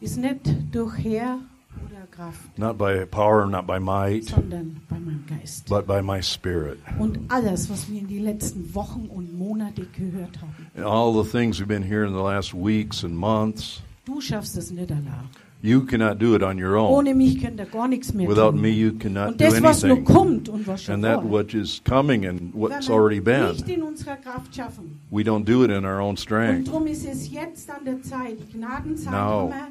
ist nicht durch Heer oder Kraft, not by power, not by might, sondern bei meinem Geist. but by my spirit. Und alles, was wir in den letzten Wochen und Monate gehört haben, And all the things we've been hearing the last weeks and months, du schaffst es nicht allein. you cannot do it on your own. Ohne mich könnt ihr gar nichts mehr Oh. Without tun. me, you cannot und do das, was noch anything. kommt und was schon And that war, which is coming and werden what's wir already nicht been, in unserer Kraft schaffen. we don't do it in our own Und strength. darum ist es jetzt an der Zeit, Gnadenzeit Now. immer,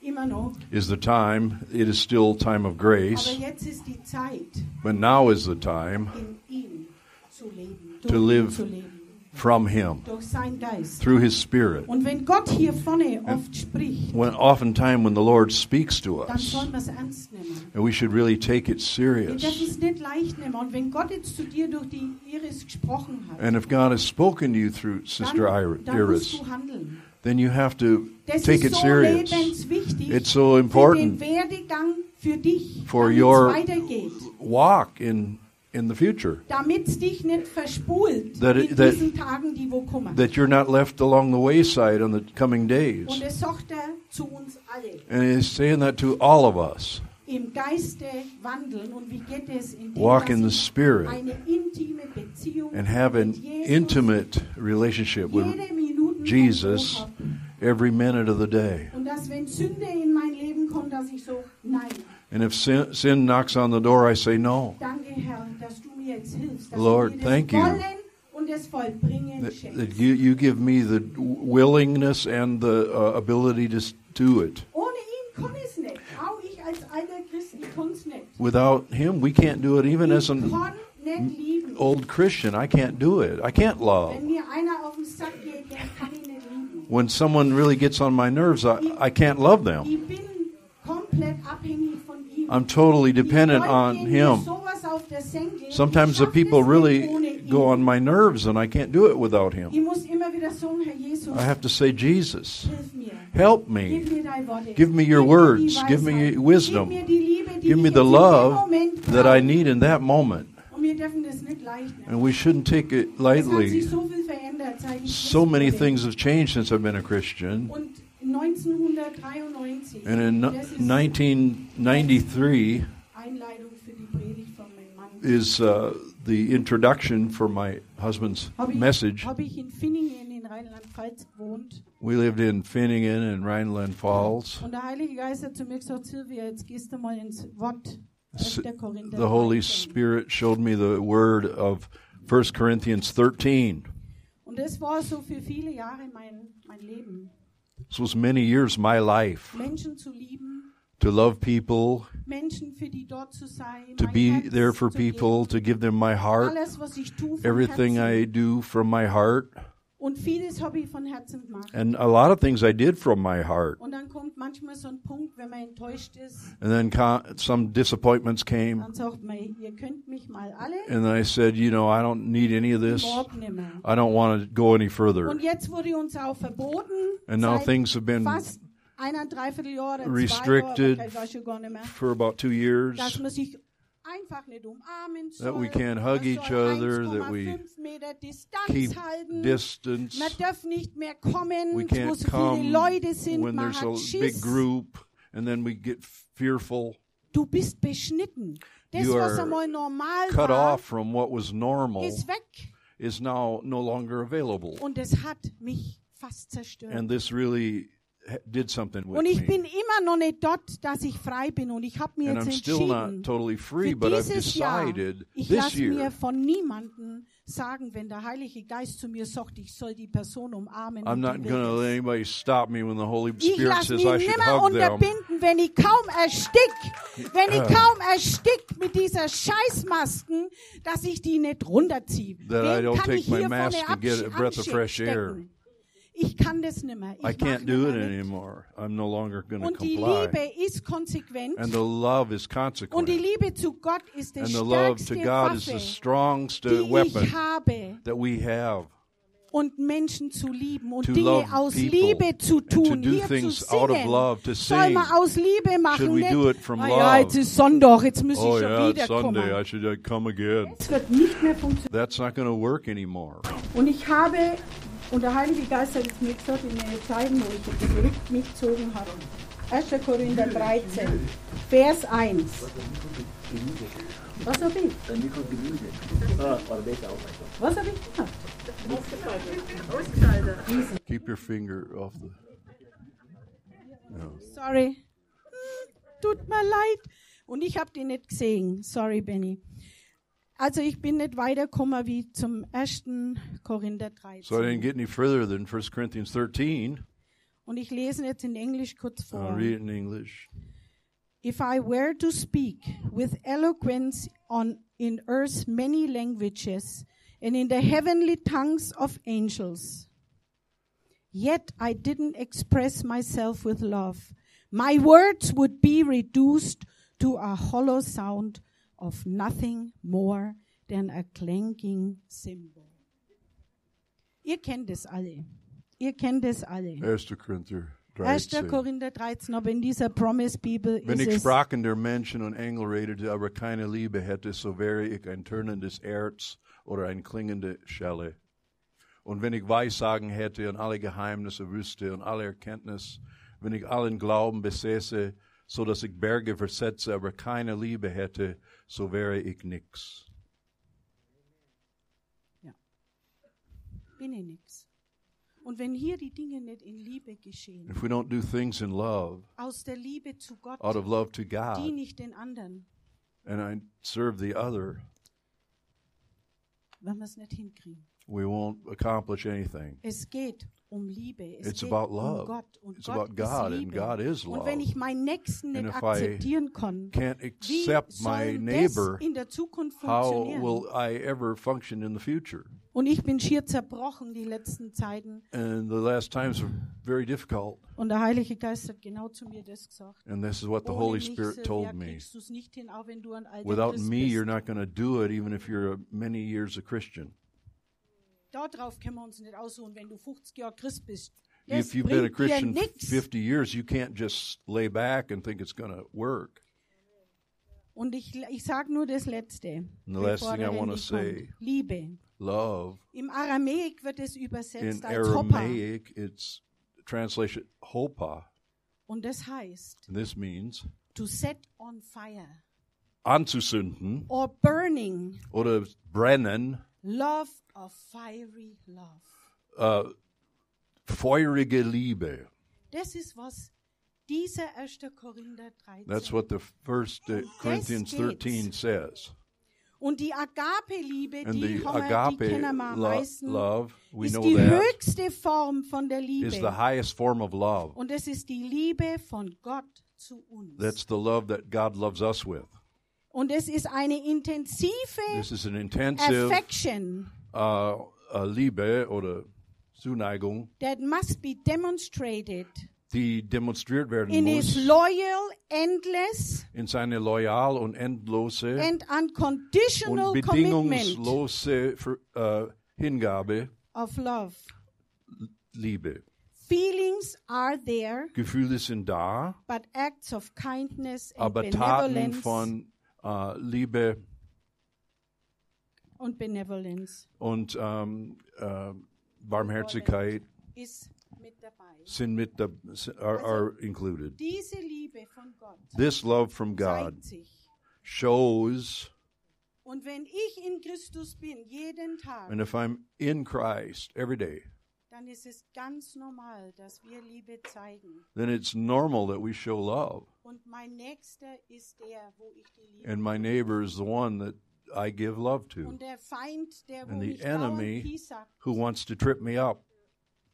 immer noch, Is the time, it is still time of aber grace, jetzt ist die Zeit, but now is the time in ihm zu leben, To durch ihn live. zu leben, from Him, durch seinen Geist. through His Spirit. Und wenn Gott hier vorne oft spricht, When oftentimes when the Lord speaks to dann us, sollen wir es ernst nehmen. and we should really take Wir it serious. dürfen es nicht leicht nehmen. Und wenn Gott jetzt zu dir durch die Iris gesprochen hat, And if God has spoken to you through Sister Ira- dann, dann musst Iris, du handeln. then you have to Das take ist it so serious. lebenswichtig It's so für den important Werdegang für dich, For damit your- es weitergeht. walk in in the future Damit es dich nicht verspult That it- in that- diesen Tagen, die wo kommen. that you're not left along the wayside on the coming days. Und es sagt er zu uns alle, And he's saying that to all of us. im Geiste wandeln. Und wie geht es in dem, Walk in the dass ich spirit eine intime Beziehung and have an mit Jesus intimate relationship with jede Minute Jesus habe. every minute of the day. Und dass wenn Sünde in mein Leben kommt, dass ich so, nein, And if sin, sin knocks on the door, I say no. danke Herr, dass du mir jetzt hilfst, dass Lord, du mir thank you. das Wollen und das Vollbringen That, schenkst. that you, you give me the willingness and the uh, ability to s- do it. Ohne ihn kann ich es nicht. Auch ich als alter Christ, ich kann es nicht. Without him, we can't do it. Even as ich an oh. kann nicht lieben. old Christian, I can't do it. I can't love. Wenn mir einer auf den Sack geht, dann kann ich nicht lieben. When someone really gets on my nerves, I, I can't love them. Ich bin komplett abhängig von ihm. I'm totally Ich dependent wollte on ihm him. sowas auf der Senkel. Sometimes Ich the schaff people das nicht ohne really ihn. go on my nerves and I can't do it without Ich him. muss immer wieder sagen, Herr Jesus, I have to say, Jesus, hilf mir. help Give me. me thy Worte. Give me your Gib mir die words. Give Weisheit. me your wisdom. Gib mir die Liebe, die Give ich me jetzt the in dem love Moment that I brauche. need in that moment. Und wir dürfen das nicht leicht nehmen. And we shouldn't take Es hat it sich lightly. so viel verändert, seit ich So Christ many wurde. things have changed since I've been a Christian. Und 1993, And in no- das ist 1993 Einleitung für die Predigt von meinem Mann, is uh, the introduction for my husband's habe ich, message. hab ich in Finningen in Rheinland-Pfalz gewohnt. We lived in Finningen and Rheinland Falls. Und der Heilige Geist hat zu mir gesagt, Silvia, jetzt gehst du mal ins Wort. S- 1. Korinther The Holy 13. Spirit showed me the word of 1 Corinthians 13. Und das war so für viele Jahre mein, mein Leben. This was many years my life Menschen zu lieben, to love people, Menschen für die dort zu sein, to mein be Herz there for zu geben, people, to give them my heart, alles, was ich tue, von everything Herzen. I do from my heart, Und vieles habe ich von Herzen gemacht. and a lot of things I did from my heart. Und dann kommt manchmal so ein Punkt, wenn man enttäuscht ist, And then con- some disappointments came, dann sagt man, ihr könnt mich mal alle and then I said, you know, I don't need any of this. morgen nicht mehr. I don't want to go any further. Und jetzt wurde uns auch verboten, And now seit things have been fast einer Dreivierteljahr oder restricted zwei Jahren, ich weiß schon gar nicht mehr, for about two dass years. man sich einfach nicht umarmen soll. That we can't hug man each soll other, that we 1,5 Meter Distanz Keep halten. distance. man darf nicht mehr kommen, We wo can't so come viele Leute sind. when Man there's hat a big Schiss. group, and then we get fearful, Du bist beschnitten. Das, You was are einmal normal cut war, off from what was normal, ist weg. is now no longer available. Und es hat mich fast zerstört. And this really ha- did something with und ich bin me. immer noch nicht dort, dass ich frei bin. Und ich habe mir And I'm jetzt still not entschieden, totally free, für but I've dieses Jahr, decided ich this lasse mir year von niemandem sagen, wenn der Heilige Geist zu mir sagt, ich soll die Person umarmen. I'm und not die going to wird let es. anybody stop me when the Holy ich Spirit lasse says mich I should nimmer hug them. Uh. unterbinden, wenn ich kaum erstick, wenn ich kaum erstick mit dieser Scheißmasken, dass ich die nicht runterziehe. That I Wen don't kann take ich hier my mask vorne and get a absch- breath of fresh air. abstecken? Ich kann das nimmer. Ich I mach can't do nimmer it mit. anymore. I'm no longer going to Und die comply. Liebe ist konsequent. And the love is Und die consequent. Liebe zu Gott ist die And the love stärkste to God is the Waffe, strongest uh, die weapon ich habe. that we have. Und Menschen zu lieben und To Dinge love aus people Liebe zu and to tun, do hier zu things out of singen. love, to Soll sing. man aus Liebe machen, Should we nicht? do it from "Ah ja, love?" jetzt ist Sonntag, jetzt muss Oh ich schon yeah, it's Sunday. I wiederkommen. should uh, come again. Es wird nicht mehr funktionieren. That's not going to work anymore. Und ich habe, und der Heilige Geist hat es mir gesagt, in den Zeiten, wo ich jetzt zurückgezogen habe, 1. Korinther 13, Vers 1. Was habe ich? Was habe ich gemacht? Keep your finger off the. Sorry. Hm, Tut mir leid. Und ich habe die nicht gesehen. Sorry, Benny. Also ich bin nicht weitergekommen wie zum 1. Korinther 13. So I didn't get any further than 1 Corinthians 13. Und ich lese ihn jetzt in Englisch kurz I'll vor. read it in English. If I were to speak with eloquence on in earth's many languages and in the heavenly tongues of angels, yet I didn't express myself with love, my words would be reduced to a hollow sound of nothing more than a clanking cymbal. Ihr kennt es alle. Ihr kennt es alle. 1. Korinther 1. 13. Korinther 13, aber in dieser Promise Bibel Wenn ist ich es sprachen der Menschen und Engel redete, aber keine Liebe hätte, so wäre ich ein tönendes Erz oder ein klingende Schelle. Und wenn ich Weissagen hätte und alle Geheimnisse wüsste und alle Erkenntnis, wenn ich allen Glauben besäße, so dass ich Berge versetze, aber keine Liebe hätte, so wäre ich nix. bin ich nix. Und wenn hier die Dinge nicht in Liebe geschehen, If we don't do things in love, aus der Liebe zu Gott, out of love to diene God, ich den anderen, and I serve the other, wenn wir es nicht hinkriegen. we won't accomplish anything. Es geht um Liebe. Es It's geht about um love. Gott. Und It's Gott about God, ist and Liebe. God is Und wenn love. ich meinen Nächsten nicht And if I akzeptieren kann, Can't wie accept my soll das neighbor. in der Zukunft How funktionieren? will I ever function in the future? und ich bin schier zerbrochen die letzten Zeiten. And the last times are very difficult. Und der Heilige Geist hat genau zu mir das gesagt. And this is what the Ohne Holy mich, Spirit Sylvia, told me. kriegst du's nicht hin, auch wenn du ein alter Without Christ me, bist. you're not going to do it, even if you're a many years a Christian. Darauf können wir uns nicht ausruhen, wenn du 50 Jahre Christ bist. Das If you've been a bringt dir Christian nix. 50 years, you can't just lay back and think it's going to work. Und ich, ich sage nur das Letzte. the last bevor thing der I wanna Randy say- kommt. Liebe. Love Im Aramäik wird es in übersetzt als Hoppa. Aramaic, it's translation hopa, Und das heißt, and this means to set on fire anzusünden or burning oder brennen, love of fiery love. äh, feurige Liebe. Das ist, was dieser 1. Korinther 13 That's what the first uh, Corinthians geht's. 13 says. Und die Agape-Liebe, And die, the haben wir- die agape kennen wir am lo- meisten, love, we ist know die that, höchste Form von der is the Liebe. highest form of love. Und es ist die Liebe von Gott zu uns. That's the love that God loves us with. Und es ist eine intensive This is an intensive Affection uh, uh, Liebe oder Zuneigung, that must be demonstrated die demonstriert werden in his muss loyal, endless in seine loyal und endlose and und unconditional commitment bedingungslose Ver- äh, Hingabe, of love. Liebe. Feelings are there, Gefühle sind da, but acts of kindness and aber Taten benevolence von äh, Liebe und benevolence und ähm, äh, Barmherzigkeit ist mit dabei. sind mit da, are, are included. Diese Liebe von Gott This love from God zeigt sich. shows, Und wenn ich in Christus bin, jeden Tag, and if I'm in Christ every day, dann ist es ganz normal, dass wir Liebe zeigen. then it's normal that we show love. Und mein Nächster ist der, wo ich die Liebe. And my neighbor is the one that I give love to, und der Feind, der, wo and the mich dauernd enemy piesackt, who wants to trip me up,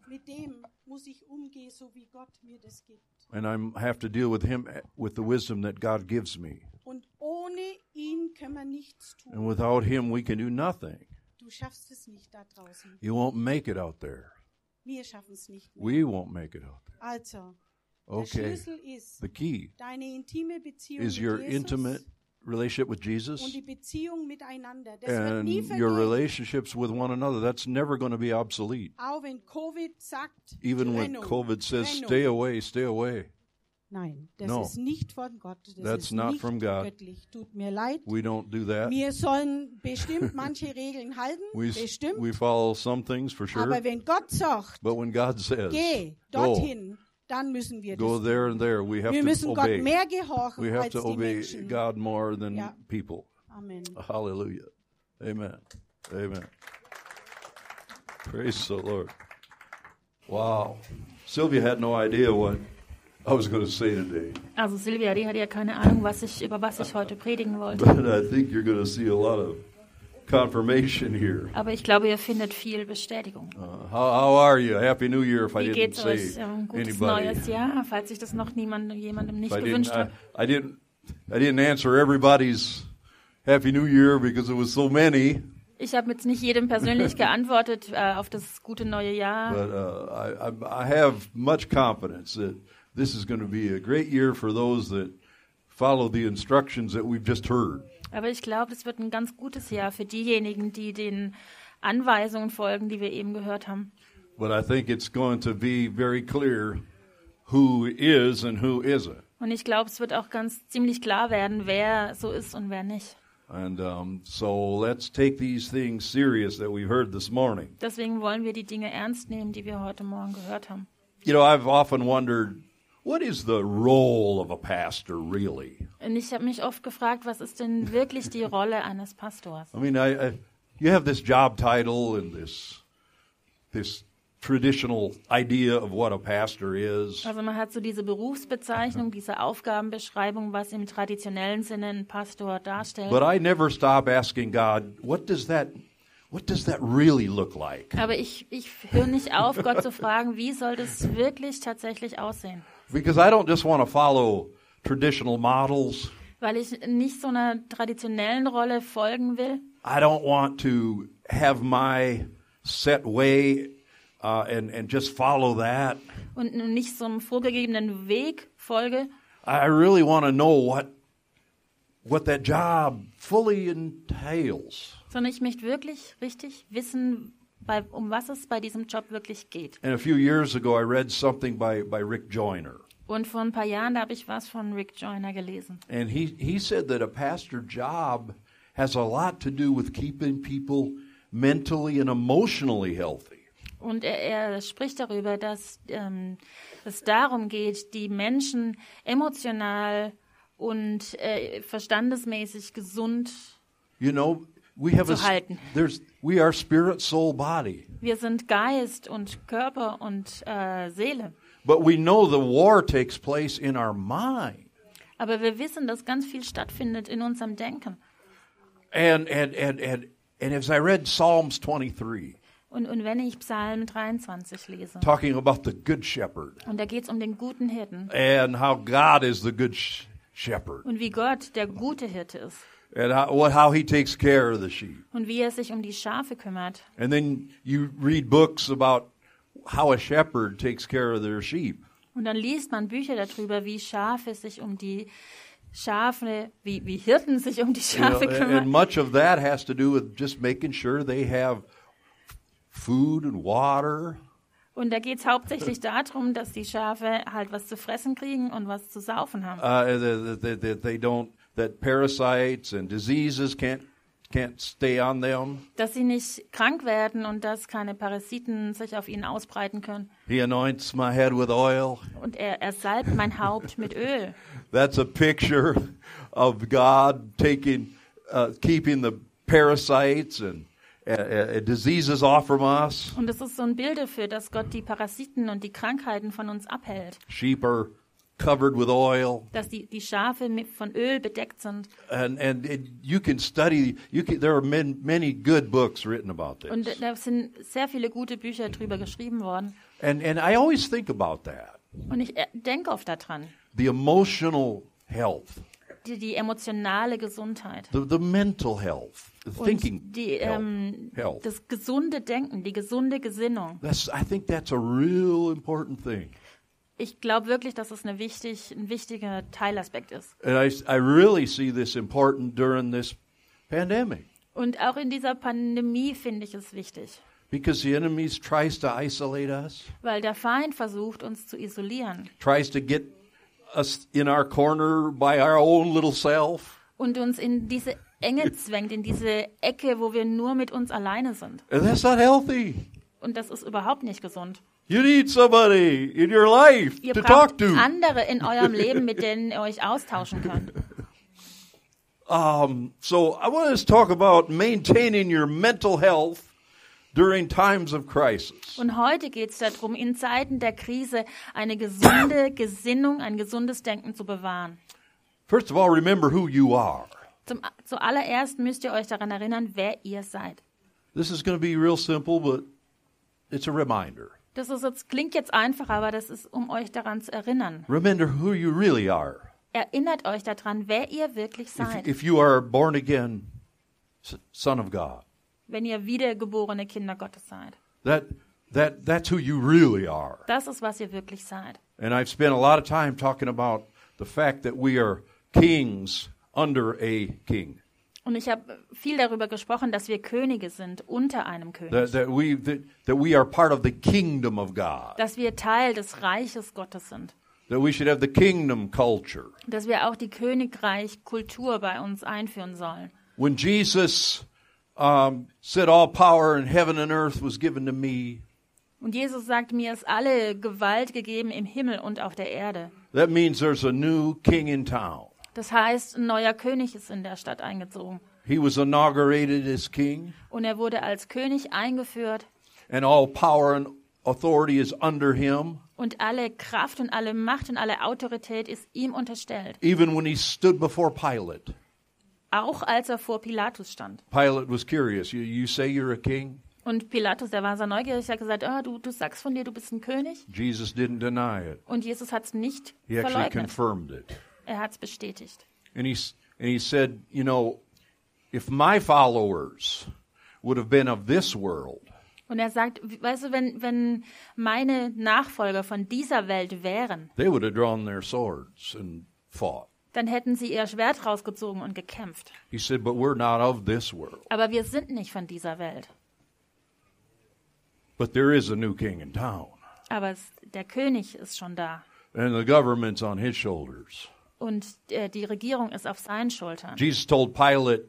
mit dem muss ich umgehen, so wie Gott mir das gibt. and I have to deal with him eh, with the wisdom that God gives me. Und ohne ihn können wir nichts tun. And without him, we can do nothing. Du schaffst es nicht da draußen. You won't make it out there. Wir schaffen es nicht mehr. We won't make it out there. Also, der Okay. Schlüssel ist The key deine intime Beziehung is mit your Jesus intimate relationship with Jesus und die Beziehung miteinander. Das wird and nie your vergehen. relationships with one another. That's never going to be obsolete. Auch wenn Covid sagt, Even when Trennung, COVID says, Trennung. stay away, stay away, Nein, das No. ist nicht von Gott. Das That's ist not nicht from God. göttlich. Tut mir leid. we don't do that. Wir sollen bestimmt manche Regeln halten, We, s- bestimmt. we follow some things for sure. aber wenn Gott sagt, But when God says, geh go, dorthin, dann müssen wir Go das. there and there. We have Wir to müssen Gott obey. mehr gehorchen We have als to die obey Menschen. God more than Yeah. people. Amen. Hallelujah. Amen. Amen. Praise the Lord. Wow. Sylvia had no idea what I was going to say today, Also Silvia, die hat ja keine Ahnung, was ich, über was ich heute predigen wollte. but I think you're going to see a lot of confirmation here. Aber ich glaube, ihr findet viel Bestätigung. Uh, how, how are you? Happy New Year if I Wie didn't geht's euch? say Ähm, gutes anybody. neues Jahr, falls ich das noch niemandem, jemandem If nicht I didn't, gewünscht I, habe. I didn't, I didn't answer everybody's Happy New Year because there was so many. Ich habe jetzt nicht jedem persönlich geantwortet äh, auf das gute neue Jahr. But uh, I, I, I have much confidence that this is going to be a great year for those that follow the instructions that we've just heard. Aber ich glaube, es wird ein ganz gutes Jahr für diejenigen, die den Anweisungen folgen, die wir eben gehört haben. But I think it's going to be very clear who is and who isn't. Und ich glaube, es wird auch ganz ziemlich klar werden, wer so ist und wer nicht. And um, so let's take these things serious that we've heard this morning. Deswegen wollen wir die Dinge ernst nehmen, die wir heute Morgen gehört haben. You know, I've often wondered what is the role of a pastor really? Und ich habe mich oft gefragt, was ist denn wirklich die Rolle eines Pastors? I mean, I, I you have this job title and this this traditional idea of what a pastor is, Also man hat so diese Berufsbezeichnung, diese Aufgabenbeschreibung, was im traditionellen Sinne ein Pastor darstellt. but I never stop asking God, what does that what does that really look like? Aber ich, ich höre nicht auf, Gott zu fragen, wie soll das wirklich tatsächlich aussehen? Because I don't just want to follow traditional models. Weil ich nicht so einer traditionellen Rolle folgen will. I don't want to have my set way uh, and and just follow that. und nicht so einem vorgegebenen Weg folge, I really want to know what what that job fully entails. sondern ich möchte wirklich richtig wissen, bei, um was es bei diesem Job wirklich geht. And a few years ago, I read something by, by Rick Joyner. Und vor ein paar Jahren, da habe ich was von Rick Joyner gelesen. And he, he said that a pastor job has a lot to do with keeping people mentally and emotionally healthy. Und er, er spricht darüber, dass ähm, es darum geht, die Menschen emotional und äh, verstandesmäßig gesund. You know, we have a, Zu halten. there's, we are spirit, soul, body. Wir sind Geist und Körper und äh, Seele. But we know the war takes place in our mind. Aber wir wissen, dass ganz viel stattfindet in unserem Denken. And, and, and, and, and as I read Psalms 23, Und, und wenn ich Psalm 23 lese, talking about the good shepherd Und da geht's um den guten Hirten and how God is the good sh- shepherd und wie Gott der gute Hirte ist and how, what, how he takes care of the sheep. und wie er sich um die Schafe kümmert. And then you read books about how a shepherd takes care of their sheep. Und dann liest man Bücher darüber, wie Schafe sich um die Schafe, wie, wie Hirten sich um die You know, Schafe and, and kümmern. much of that has to do with just making sure they have food and water. Und da geht's hauptsächlich darum, dass die Schafe halt was zu fressen kriegen und was zu saufen haben. Uh, and that, that, that they don't that parasites and diseases can't can't stay on them. Dass sie nicht krank werden und dass keine Parasiten sich auf ihnen ausbreiten können. He anoints my head with oil. Und er, er salbt mein Haupt mit Öl. That's a picture of God taking uh, keeping the parasites and uh, uh, diseases off from us. Und das ist so ein Bild dafür, dass Gott die Parasiten und die Krankheiten von uns abhält. sheep are covered with oil dass die, die Schafe mit, von Öl bedeckt sind. and and it, you can study you can there are men, many good books written about this Und da sind sehr viele gute Bücher drüber geschrieben worden. and and i always think about that Und ich äh, denke oft daran. the emotional health Die, die emotionale Gesundheit. the, the mental health the thinking Und die, health, ähm, health. das gesunde Denken, die gesunde Gesinnung. that's i think that's a real important thing Ich glaube wirklich, dass es eine wichtig, ein wichtiger Teilaspekt ist. and i s- I really see this important during this pandemic Und auch in dieser Pandemie finde ich es wichtig, because the enemy tries to isolate us weil der Feind versucht, uns zu isolieren tries to get us in our corner by our own little self und uns in diese Enge zwängt, in diese Ecke, wo wir nur mit uns alleine sind. And that's not healthy. Und das ist überhaupt nicht gesund. You need somebody in your life Ihr to talk braucht to. andere in eurem Leben, mit denen ihr euch austauschen könnt. Um, so I want us to talk about maintaining your mental health during times of crisis. Und heute geht es darum, in Zeiten der Krise eine gesunde Gesinnung, ein gesundes Denken zu bewahren. First of all, remember who you are. Zum, zuallererst müsst ihr euch daran erinnern, wer ihr seid. This is going to be real simple, but it's a reminder. Das ist jetzt, klingt jetzt einfach, aber das ist, um euch daran zu erinnern. Remember who you really are. Erinnert euch daran, wer ihr wirklich If, seid, if you are born again, s- son of God, wenn ihr wiedergeborene Kinder Gottes seid. that that that's who you really are. Das ist, was ihr wirklich seid. And I've spent a lot of time talking about the fact that we are kings under a king. Und ich habe viel darüber gesprochen, dass wir Könige sind unter einem König. That that we that, that we are part of the kingdom of God. dass wir Teil des Reiches Gottes sind. That we should have the kingdom culture. Dass wir auch die Königreich-Kultur bei uns einführen sollen. When Jesus um, said, "All power in heaven and earth was given to me," Und Jesus sagt, mir ist alle Gewalt gegeben im Himmel und auf der Erde. that means there's a new king in town. Das heißt, ein neuer König ist in der Stadt eingezogen. He was inaugurated as king. Und er wurde als König eingeführt and all power and authority is under him. und alle Kraft und alle Macht und alle Autorität ist ihm unterstellt. Even when he stood before Pilate, Auch als er vor Pilatus stand. Pilate was curious. You, you say you're a king? Und Pilatus, der war so neugierig, hat gesagt, ah, du, du sagst von dir, du bist ein König. Jesus didn't deny it. Und Jesus hat es nicht He actually verleugnet. confirmed it. Er hat es bestätigt. And he, s- and he said, You know, if my followers would have been of this world, Und er sagt, weißt du, wenn, wenn meine Nachfolger von dieser Welt wären, they would have drawn their swords and fought. dann hätten sie ihr Schwert rausgezogen und gekämpft. He said, But we're not of this world. Aber wir sind nicht von dieser Welt. But there is a new king in town, Aber es, der König ist schon da. and the government's on his shoulders. Und äh, die Regierung ist auf seinen Schultern. Jesus told Pilate,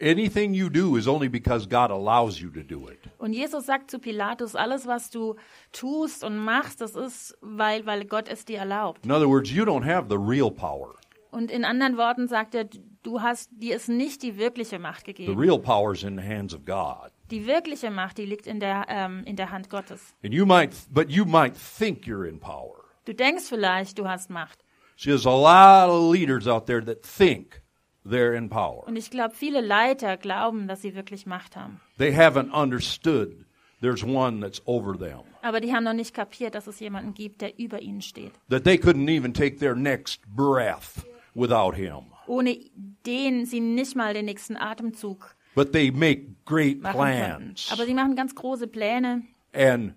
anything you do is only because God allows you to do it. Und Jesus sagt zu Pilatus, alles, was du tust und machst, das ist, weil, weil Gott es dir erlaubt. In other words, you don't have the real power. Und in anderen Worten sagt er, du hast dir ist nicht die wirkliche Macht The gegeben. real power is in the hands of God. Die wirkliche Macht, die liegt in der, ähm, in der Hand Gottes. And you might, but you might think you're in power. Du denkst vielleicht, du hast Macht. See, there's a lot of leaders out there that think they're in power. Und ich glaube, viele Leiter glauben, dass sie wirklich Macht haben. They haven't understood there's one that's over them, Aber die haben noch nicht kapiert, dass es jemanden gibt, der über ihnen steht. that they couldn't even take their next breath without him. Ohne den sie nicht mal den nächsten Atemzug But they make great machen könnten. plans Aber sie machen ganz große Pläne and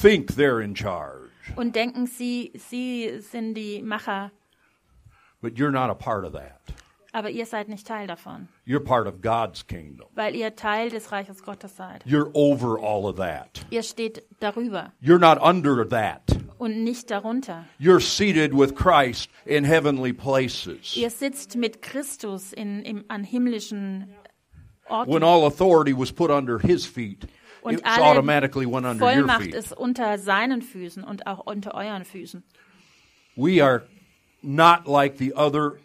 think they're in charge. und denken, sie, sie sind die Macher. But you're not a part of that. Aber ihr seid nicht Teil davon, You're part of God's kingdom. weil ihr Teil des Reiches Gottes seid. You're over all of that. Ihr steht darüber You're not under that. und nicht darunter. You're seated with Christ in heavenly places. Ihr sitzt mit Christus in, im, an himmlischen Orten. When all authority was put under his feet, Und it alle automatically went under your Vollmacht feet. ist unter seinen Füßen und auch unter euren Füßen. We are not like the other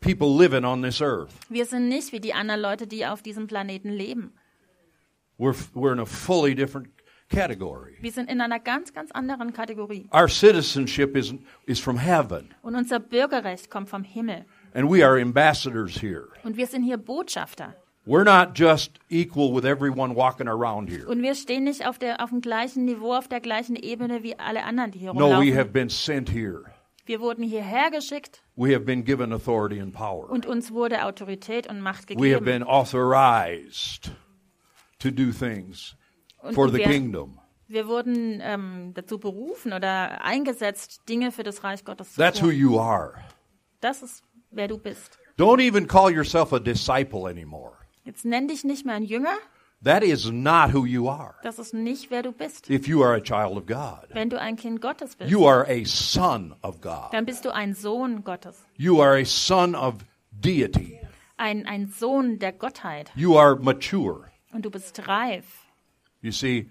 people living on this earth. Wir sind nicht wie die anderen Leute, die auf diesem Planeten leben. We're, we're in a fully different category. Wir sind in einer ganz, ganz anderen Kategorie. Our citizenship is, is from heaven, Und unser Bürgerrecht kommt vom Himmel. and we are ambassadors here. Und wir sind hier Botschafter. We're not just equal with everyone walking around here. Und wir stehen nicht auf, der, auf dem gleichen Niveau, auf der gleichen Ebene wie alle anderen, die hier No, we rumlaufen. have been sent here. wir wurden hierher geschickt We have been given authority and power. und uns wurde Autorität und Macht We have gegeben. been authorized to do things for the wir- kingdom. Wir wurden ähm, dazu berufen oder eingesetzt, Dinge für das Reich Gottes zu That's who tun. you are. Das ist, wer du bist. Don't even call yourself a disciple anymore. Jetzt nenn dich nicht mehr ein Jünger. That is not who you are. Das ist nicht, wer du bist. If you are a child of God, Wenn du ein Kind Gottes bist, you are a son of God. dann bist du ein Sohn Gottes. You are a son of deity. Ein, ein Sohn der Gottheit. You are mature. Und du bist reif. You see,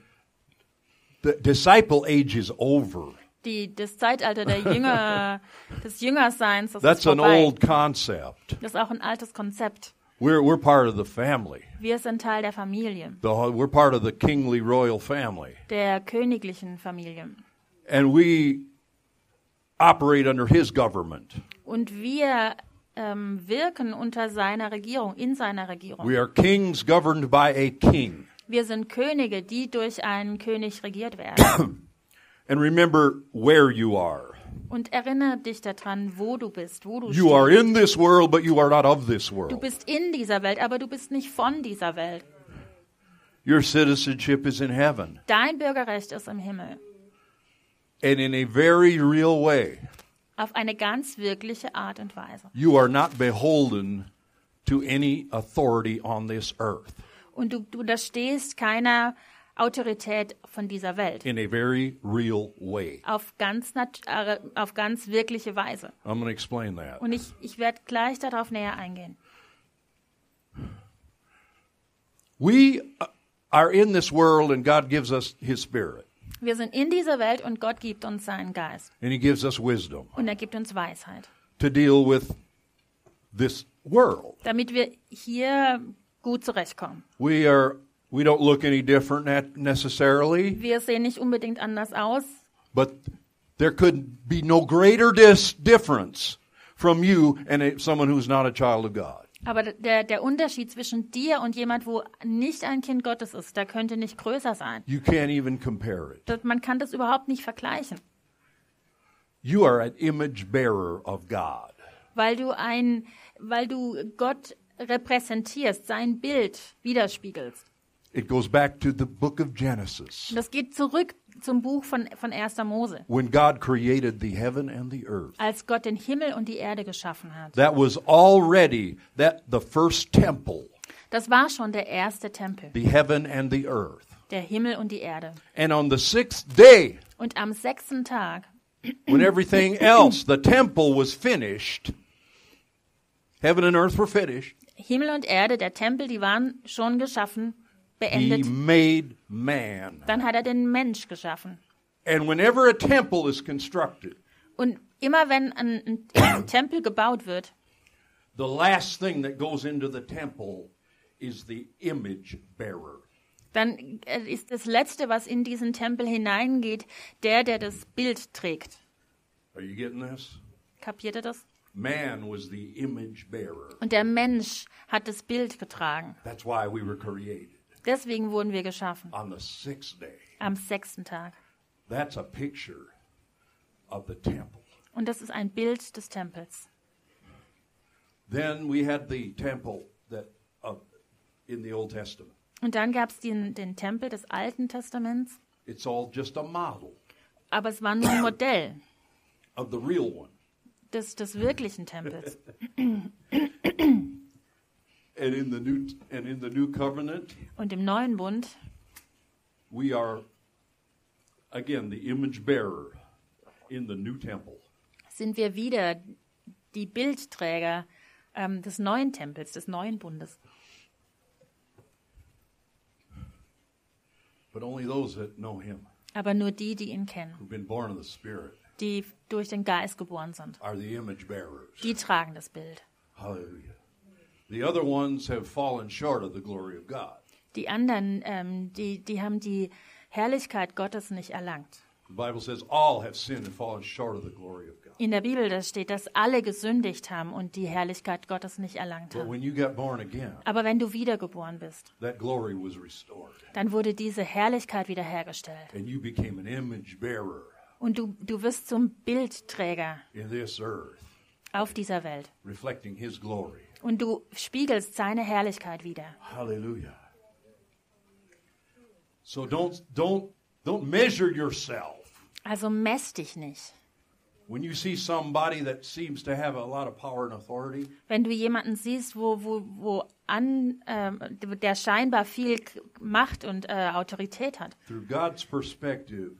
The disciple age is over. Die, das Zeitalter der Jünger, des Jüngerseins, das ist That's an vorbei. old concept. Das ist auch ein altes Konzept. We're, we're part of the family. Wir sind Teil der Familie, The, whole- we're part of the kingly royal family. der königlichen Familie. And we operate under his government. Und wir ähm, wirken unter seiner Regierung, in seiner Regierung. We are kings governed by a king. Wir sind Könige, die durch einen König regiert werden. And remember where you are. Und erinnere dich daran, wo du bist, wo du You are stehst. in this world, but you are not of this Du world. bist in dieser Welt, aber du bist nicht von dieser Welt. Your citizenship is in heaven. Dein Bürgerrecht ist im Himmel. And in a very real way, Auf eine ganz wirkliche Art und Weise. you are not beholden to any authority on this earth Und du, du unterstehst keiner Autorität von dieser Welt. in a very real way. Auf ganz, nat äh, auf ganz wirkliche Weise. I'm going to explain that. Und ich, ich werde gleich darauf näher eingehen. We uh, are in this world, and God gives us His Spirit, Wir sind in dieser Welt und Gott gibt uns seinen Geist. and He gives us wisdom Und er gibt uns Weisheit, to deal with this world. damit wir hier gut zurechtkommen. We are we don't look any different nat- necessarily, Wir sehen nicht unbedingt anders aus, but there could be no greater dis- difference from you and a, someone who's not a child of God. aber der, der Unterschied zwischen dir und jemand, wo nicht ein Kind Gottes ist, der könnte nicht größer sein. You can't even compare it. Das, man kann das überhaupt nicht vergleichen, You are an image bearer of God. weil du ein, weil du Gott repräsentierst, sein Bild widerspiegelst. It goes back to the book of Genesis Und das geht zurück zum Buch von, von 1. Mose, when God created the heaven and the earth. als Gott den Himmel und die Erde geschaffen hat. that was already that the first temple Das war schon der erste Tempel, the heaven and the earth der Himmel und die Erde. and on the sixth day Und am sechsten Tag when everything else the temple was finished heaven and earth were finished Himmel und Erde, der Tempel, die waren schon geschaffen, he beendet. made man Dann hat er den Mensch geschaffen. and whenever a temple is constructed Und immer wenn ein, ein Tempel gebaut wird, the last thing that goes into the temple is the image bearer dann äh, ist das Letzte, was in diesen Tempel hineingeht, der, der das Bild trägt. are you getting this Kapiert ihr das? man was the image bearer Und der Mensch hat das Bild getragen. that's why we were created Deswegen wurden wir geschaffen. on the sixth day Am sechsten Tag. That's a picture of the temple. Und das ist ein Bild des Tempels. Then we had the temple that of in the Old Testament. Und dann gab es den, den Tempel des Alten Testaments, It's all just a model aber es war nur ein Modell of the real one. des, des wirklichen Tempels. And in the new and in the new covenant, Und im neuen Bund we are again the image bearer in the new temple. sind wir wieder die Bildträger ähm, des neuen Tempels, des neuen Bundes. But only those that know him, Aber nur die, die ihn kennen, who've been born of the Spirit, die durch den Geist geboren sind, are the image bearers. die tragen das Bild. Hallelujah. The other ones have fallen short of the glory of God. Die anderen, ähm, die, die haben die Herrlichkeit Gottes nicht erlangt. The Bible says all have sinned and fallen short of the glory of God. In der Bibel da steht, dass alle gesündigt haben und die Herrlichkeit Gottes nicht erlangt But haben. when you got born again, Aber wenn du wiedergeboren bist, that glory was restored, dann wurde diese Herrlichkeit wiederhergestellt. and you became an image bearer Und du, du wirst zum Bildträger in this earth, auf dieser Welt. reflecting His glory. Und du spiegelst seine Herrlichkeit wieder. Hallelujah. So don't don't don't measure yourself. Also mess dich nicht. When you see somebody that seems to have a lot of power and authority, Wenn du jemanden siehst, wo, wo, wo an, ähm, der scheinbar viel K- Macht und äh, Autorität hat, through God's perspective,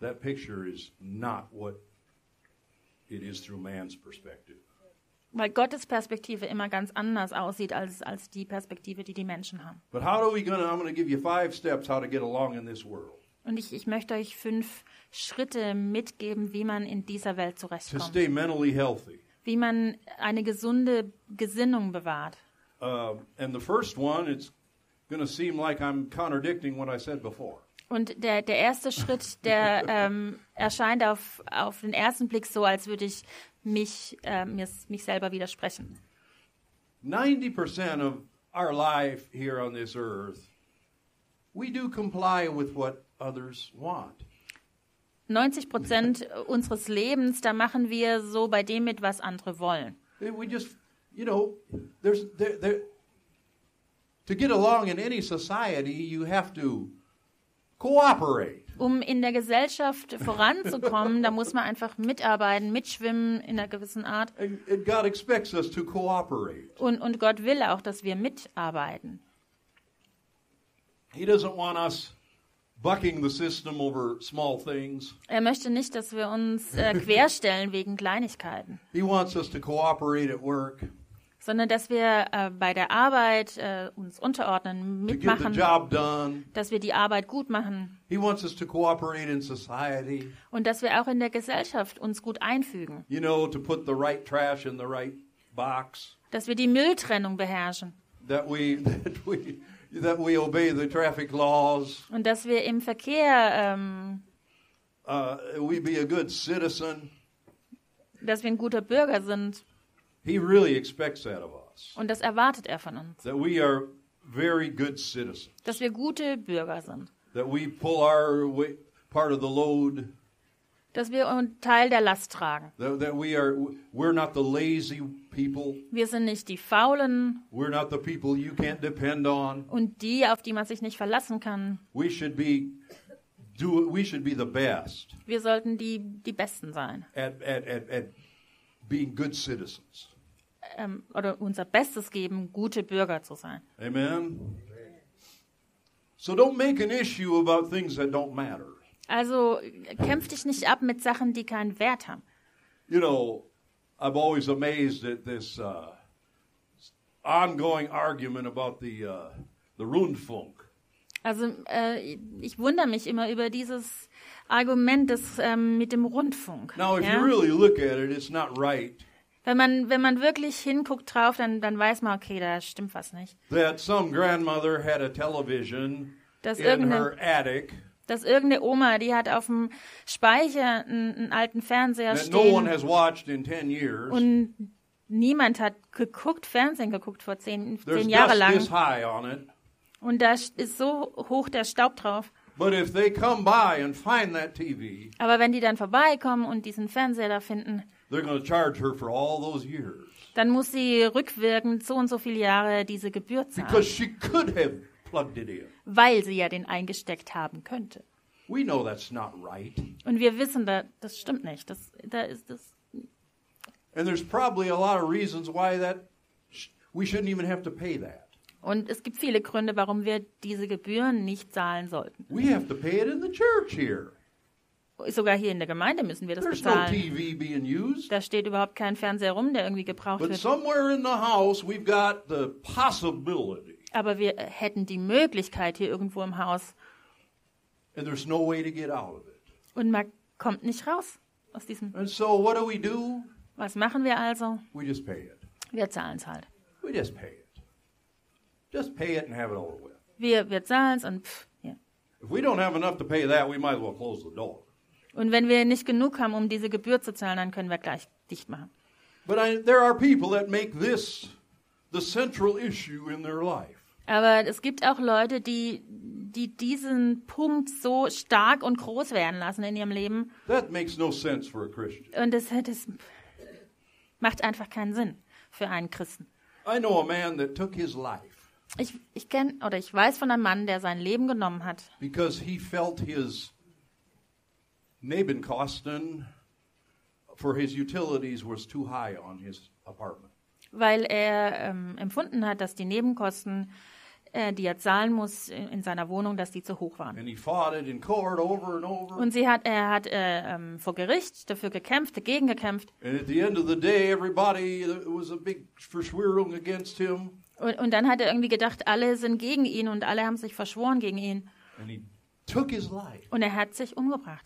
that picture is not what it is through man's perspective. weil Gottes Perspektive immer ganz anders aussieht als, als die Perspektive, die die Menschen haben. But how do we gonna I'm gonna give you five steps how to get along in this world. Und ich, ich möchte euch fünf Schritte mitgeben, wie man in dieser Welt to zurechtkommt. stay mentally healthy. Wie man eine gesunde Gesinnung bewahrt. Uh, and the first one, it's going to seem like I'm contradicting what I said before. Und der, der erste Schritt, der ähm, erscheint auf, auf den ersten Blick so, als würde ich mich, äh, mir, mich selber widersprechen. 90% of our life here on this earth, we do comply with what others want. 90 Prozent unseres Lebens, da machen wir so bei dem mit, was andere wollen. Eh, We just, you know, there's there, there to get along in any society, you have to cooperate. Um in der Gesellschaft voranzukommen, da muss man einfach mitarbeiten, mitschwimmen in einer gewissen Art. And, and God expects us to cooperate. Und, und Gott will auch, dass wir mitarbeiten. He doesn't want us bucking the system over small things. Er möchte nicht, dass wir uns äh, querstellen wegen Kleinigkeiten, He wants us to cooperate at work sondern dass wir äh, bei der Arbeit äh, uns unterordnen, to get the mitmachen, job done. dass wir die Arbeit gut machen He wants us to cooperate in society. und dass wir auch in der Gesellschaft uns gut einfügen, You know, to put the right trash in the right box. dass wir die Mülltrennung beherrschen That we that we that we obey the traffic laws. und dass wir im Verkehr, ähm, uh, we be a good citizen. dass wir ein guter Bürger sind He really expects that of us. und das erwartet er von uns, That we are very good citizens. dass wir gute Bürger sind, That we pull our way, part of the load. dass wir einen Teil der Last tragen. That, that we are we're not the lazy people. Wir sind nicht die Faulen We're not the people you can't depend on. und die, auf die man sich nicht verlassen kann. We should be do we should be the best Wir sollten die, die Besten sein at at, at, at being good citizens. ähm, oder unser Bestes geben, gute Bürger zu sein. Amen. So don't make an issue about things that don't matter. Also äh, kämpf dich nicht ab mit Sachen, die keinen Wert haben. you know, I'm always amazed at this uh, ongoing argument about the uh, the Rundfunk. Also äh, ich wundere mich immer über dieses Argument des, ähm, mit dem Rundfunk. Now, if ja? you really look at it, it's not right wenn, man, wenn man wirklich hinguckt drauf, dann, dann weiß man, okay, da stimmt was nicht. that some grandmother had a television Dass in her irgendeine, attic dass irgendeine Oma, die hat auf dem Speicher einen, einen alten Fernseher that no one stehen has watched in ten years. und niemand hat geguckt, Fernsehen geguckt vor zehn, There's zehn Jahre dust lang. this high on it. Und da ist so hoch der Staub drauf. But if they come by and find that TV, Aber wenn die dann vorbeikommen und diesen Fernseher da finden, they're going to charge her for all those years dann muss sie rückwirkend so und so viele Jahre diese Gebühr zahlen, because she could have plugged it in. weil sie ja den eingesteckt haben könnte. We know that's not right. Und wir wissen, da, das stimmt nicht. Das, da ist das. And there's probably a lot of reasons why that sh- we shouldn't even have to pay that. Und es gibt viele Gründe, warum wir diese Gebühren nicht zahlen sollten. We have to pay it in the church here. Sogar hier in der Gemeinde müssen wir das There's no bezahlen. TV being used. Da steht überhaupt kein Fernseher rum, der irgendwie gebraucht But wird. somewhere in the house, we've got the possibility, Aber wir hätten die Möglichkeit hier irgendwo im Haus and there's no way to get out of it. und man kommt nicht raus aus diesem And so, what do we do? Was machen wir also? We just pay it. Wir zahlen es halt. We just pay it. Just pay it and have it over with. Wir, wir zahlen es und pff, ja. If we don't have enough to pay that, we might as well close the door. Und wenn wir nicht genug haben, um diese Gebühr zu zahlen, dann können wir gleich dicht machen. But I, there are people that make this the central issue in their life. Aber es gibt auch Leute, die, die diesen Punkt so stark und groß werden lassen in ihrem Leben. That makes no sense for a Christian. Und das, das macht einfach keinen Sinn für einen Christen. I know a man that took his life Ich, ich kenne oder ich weiß von einem Mann, der sein Leben genommen hat, because he felt his Nebenkosten for his utilities was too high on his apartment. weil er ähm, empfunden hat, dass die Nebenkosten, äh, die er zahlen muss in, in seiner Wohnung, dass die zu hoch waren. And he fought it in court over and over. Und sie hat, er hat äh, ähm, vor Gericht dafür gekämpft, dagegen gekämpft. and at the end of the day, everybody it was a big verschwörung against him. Und, und dann hat er irgendwie gedacht, alle sind gegen ihn und alle haben sich verschworen gegen ihn. And he took his life Und er hat sich umgebracht.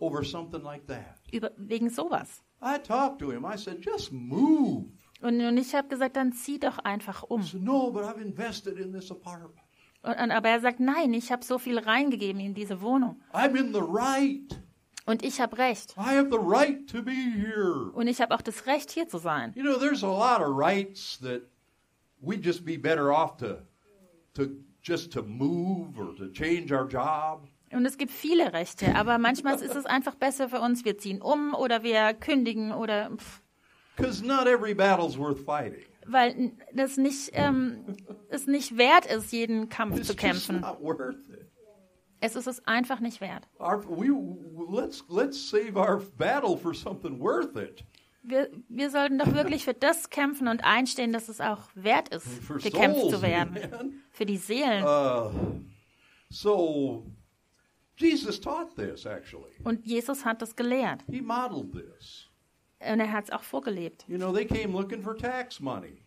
over something like that. Über, wegen sowas. I talked to him. I said, just move. Und, und ich habe gesagt, dann zieh doch einfach um. He said, no, but I've invested in this apartment. Und, und, aber er sagt, nein, ich habe so viel reingegeben in diese Wohnung. I'm in the right. Und ich habe recht. I have the right to be here. Und ich habe auch das Recht, hier zu sein. You know, there's a lot of rights that we'd just be better off to, to just to move or to change our job. Und es gibt viele Rechte, aber manchmal ist es einfach besser für uns, wir ziehen um oder wir kündigen oder pff, Because not every battle's worth fighting. weil n- das nicht, ähm, es nicht wert ist, jeden Kampf It's zu just kämpfen. not worth it. Es ist es einfach nicht wert. Our, we let's let's save our battle for something worth it. Wir, wir sollten doch wirklich für das kämpfen und einstehen, dass es auch wert ist, For gekämpft souls, zu werden. man. Für die Seelen. Uh, so Jesus taught this actually. Und Jesus hat das gelehrt. He modeled this. Und er hat es auch vorgelebt. You know, they came looking for tax money.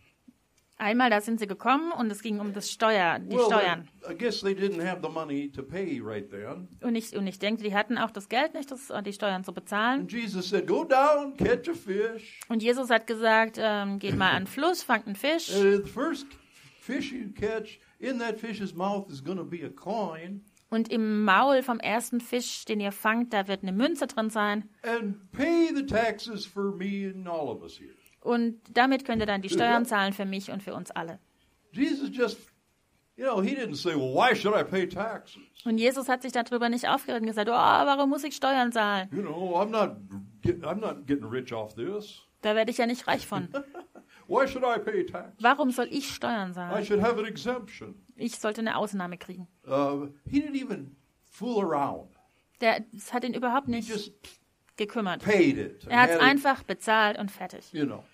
Einmal, da sind sie gekommen und es ging um das Steuer, die well, Steuern. they- I guess they didn't have the money to pay right then. Und ich, und ich denke, die hatten auch das Geld nicht, das, die Steuern zu And bezahlen. Jesus said, "Go down, catch a fish." Und Jesus hat gesagt, ähm, geht mal an den Fluss, fangt einen Fisch. And the first fish you catch in that fish's mouth is going to be a coin. Und im Maul vom ersten Fisch, den ihr fangt, da wird eine Münze drin sein. and pay the taxes for me and all of us here. Und damit könnt ihr dann die Steuern zahlen für mich und für uns alle. Jesus just, you know, he didn't say, well, why should I pay taxes? Und Jesus hat sich darüber nicht aufgeregt und gesagt, oh, warum muss ich Steuern zahlen? You know, I'm not, get, I'm not getting rich off this. Da werde ich ja nicht reich von. Why should I pay tax? Warum soll ich Steuern I zahlen? should have an exemption. Ich sollte eine Ausnahme kriegen. Uh, he didn't even fool around. Der, das hat ihn überhaupt He nicht just gekümmert. paid it. and Er hat es had it, einfach bezahlt und fertig. you know.